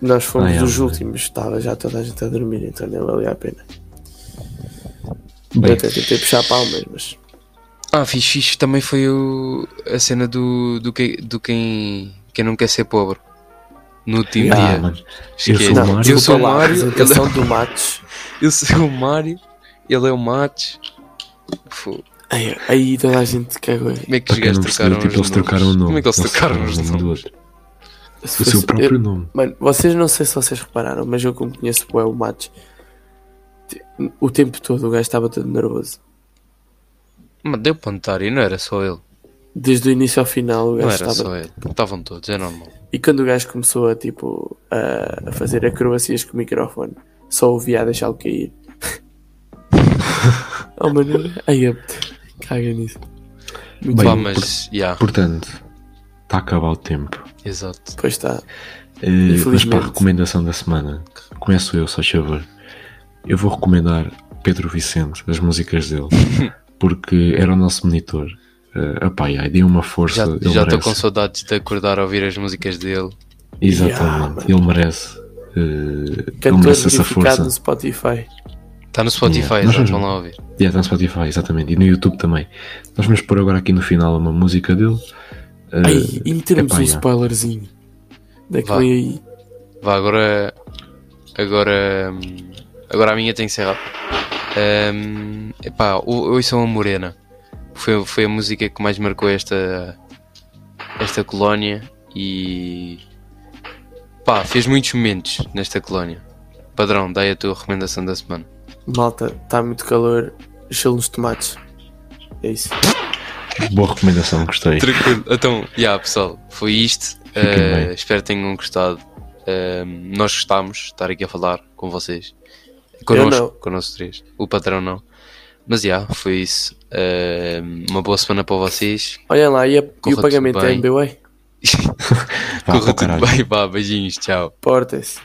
Nós fomos
Ai,
os
ai.
últimos, estava já toda a gente a dormir, então nem valia a pena.
Bem.
Eu até tentei puxar palmas, mas
Ah, fixe, fixe. Também foi o, a cena do, do, que, do quem, quem não quer ser pobre. No último
Ah,
dia.
mano. Eu sou
Esquece.
o
Não,
Mário.
eu sou o
Olá,
Mário.
apresentação do Matos.
Eu sou o Mário, ele é o Matos. Fô,
Aí, aí toda a gente cagou.
Como é
Para
que os
quem não
gajos
percebeu, tipo,
trocaram
eles
os
trocaram o
nomes?
nome.
Como é que eles
Não se
trocaram
trocaram
os
o nome do
nomes?
outro. O seu próprio nome.
Mano, vocês não sei se vocês repararam, mas eu como conheço bué o Matos, te- o tempo todo o gajo estava todo nervoso.
Mas deu para notar e não era só ele.
Desde o início ao final o
Não
gajo
era
estava...
só ele. Estavam todos, é normal.
E quando o gajo começou a, tipo, a, a fazer acrobacias com o microfone, só ouvia a deixá-lo cair. oh, mano, aí eu... Caga nisso. Muito
Bem,
Pá,
bom.
mas, já,
Portanto, está a acabar o tempo.
exato.
Pois tá. está.
Eh, mas
Infelizmente.
para a recomendação da semana, começo eu, só favor. Eu vou recomendar Pedro Vicente, as músicas dele, porque era o nosso monitor. Uh, apá, ai, dei uma força.
Já
ele
já estou
merece.
com saudades de acordar a ouvir as músicas dele.
Exatamente, ele merece. eh, ele
Cantor
merece essa
verificado
força.
no Spotify.
Está Tá no Spotify,
Yeah.
exato, vão lá ouvir.
Yeah, tá no Spotify, exatamente, e no YouTube também. Nós vamos pôr agora aqui no final uma música dele. Eh,
Aí, e metemos
epá,
um
já.
spoilerzinho.
Vá.
Daquele aí.
Vá, agora. Agora. hum, Agora a minha tem que ser rápida. Hum, epá, o- ouçam a Morena. Foi, foi a música que mais marcou esta. Esta colónia e. Pá, fez muitos momentos nesta colónia. Padrão, dai a tua recomendação da semana.
Malta, está muito calor, gelo nos tomates. É isso.
Boa recomendação, gostei.
Tranquilo. Então, já pessoal, foi isto.
Fiquem
Eh,
bem.
espero que tenham gostado. Eh, nós gostámos de estar aqui a falar com vocês. Connosco,
não.
connosco três. O patrão não. Mas já, foi isso. Eh, uma boa semana para vocês.
Olhem lá, e, a- e
Corra
o pagamento
tudo
é
bem.
MBWay?
Vá,
Corra
para o
tudo
caralho.
bem, vá, beijinhos, tchau.
Portem-se.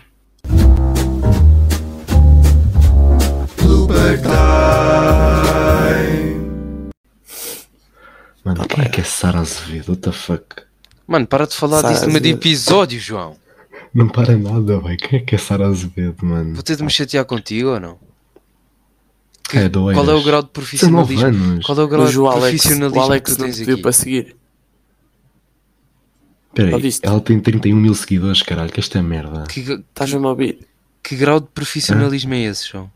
Mano, quem é que é Sara Azevedo? What the fuck?
Mano, para de falar
Sabe.
disso no meio de episódio, João.
Não para nada, velho. Quem é que é Sara Azevedo, mano?
Vou ter de me chatear contigo ou não?
É doido.
Qual é o grau de
19
profissionalismo?
anos.
Qual é o grau
Mas
de
o Alex, o
profissionalismo
Alex
que tu
não
tens
pediu
aqui?
para seguir.
Peraí,
Já viste?
ela tem 31 mil seguidores, caralho. Que esta é merda.
Que,
Estás-me a ouvir?
que grau de profissionalismo é esse, João?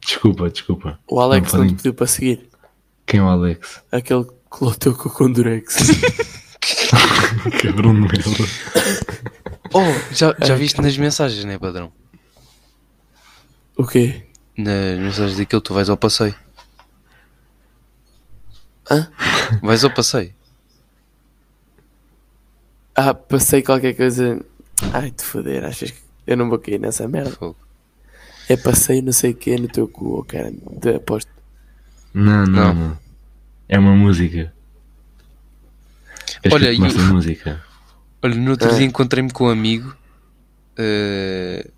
Desculpa, desculpa.
O Alex
Não,
não,
podem-
te pediu para seguir.
Quem é o Alex?
Aquele que lutou com o Condurex.
Cabrão de merda.
Oh, já, já viste nas mensagens, né, padrão?
o quê?
Nas mensagens daquilo, tu vais ao passeio.
Hã?
Vais ao passeio.
Ah, passei qualquer coisa. Ai, te foder, achas que eu não vou cair nessa merda?
Fogo.
É passei não sei o quê no teu cu, oh, cara. Te aposto.
Não, não,
Não.
não. É uma música. Queres
Olha,
que
e
eu comece
o-
a música.
Olha, no outro
Ah.
dia encontrei-me com um amigo eh,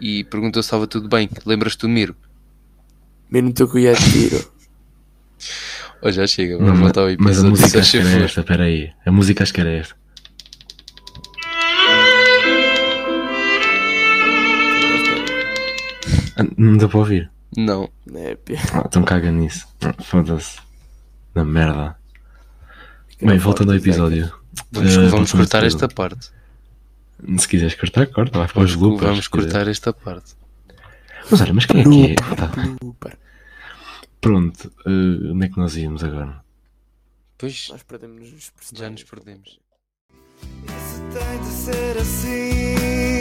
e perguntou se estava tudo bem. Lembras-te do Miro?
Mesmo no teu cu e é tiro.
Oh, já chega,
Não,
vamos voltar ao
mas a
episódio.
música
Se
acho que
achei
era
fofo.
esta, peraí. A música acho que era esta. Ah, Não dá para ouvir.
Não,
Não é pia.
Ah, então caga nisso. Ah, Foda-se. Na merda. Bem, voltando ao episódio.
vamos,
Eh,
vamos
voltando
cortar
ao
esta
episódio.
parte.
Se quiseres cortar, corta. Vai para os
Vamos,
loopas.
vamos
se quiseres.
cortar esta parte.
Mas olha, mas quem é que é? Tá.
Upa.
Pronto. eh, onde é que nós íamos agora?
Pois,
Nós perdemos-nos nos
já nos
personagens.
perdemos.
Isso tem de ser assim.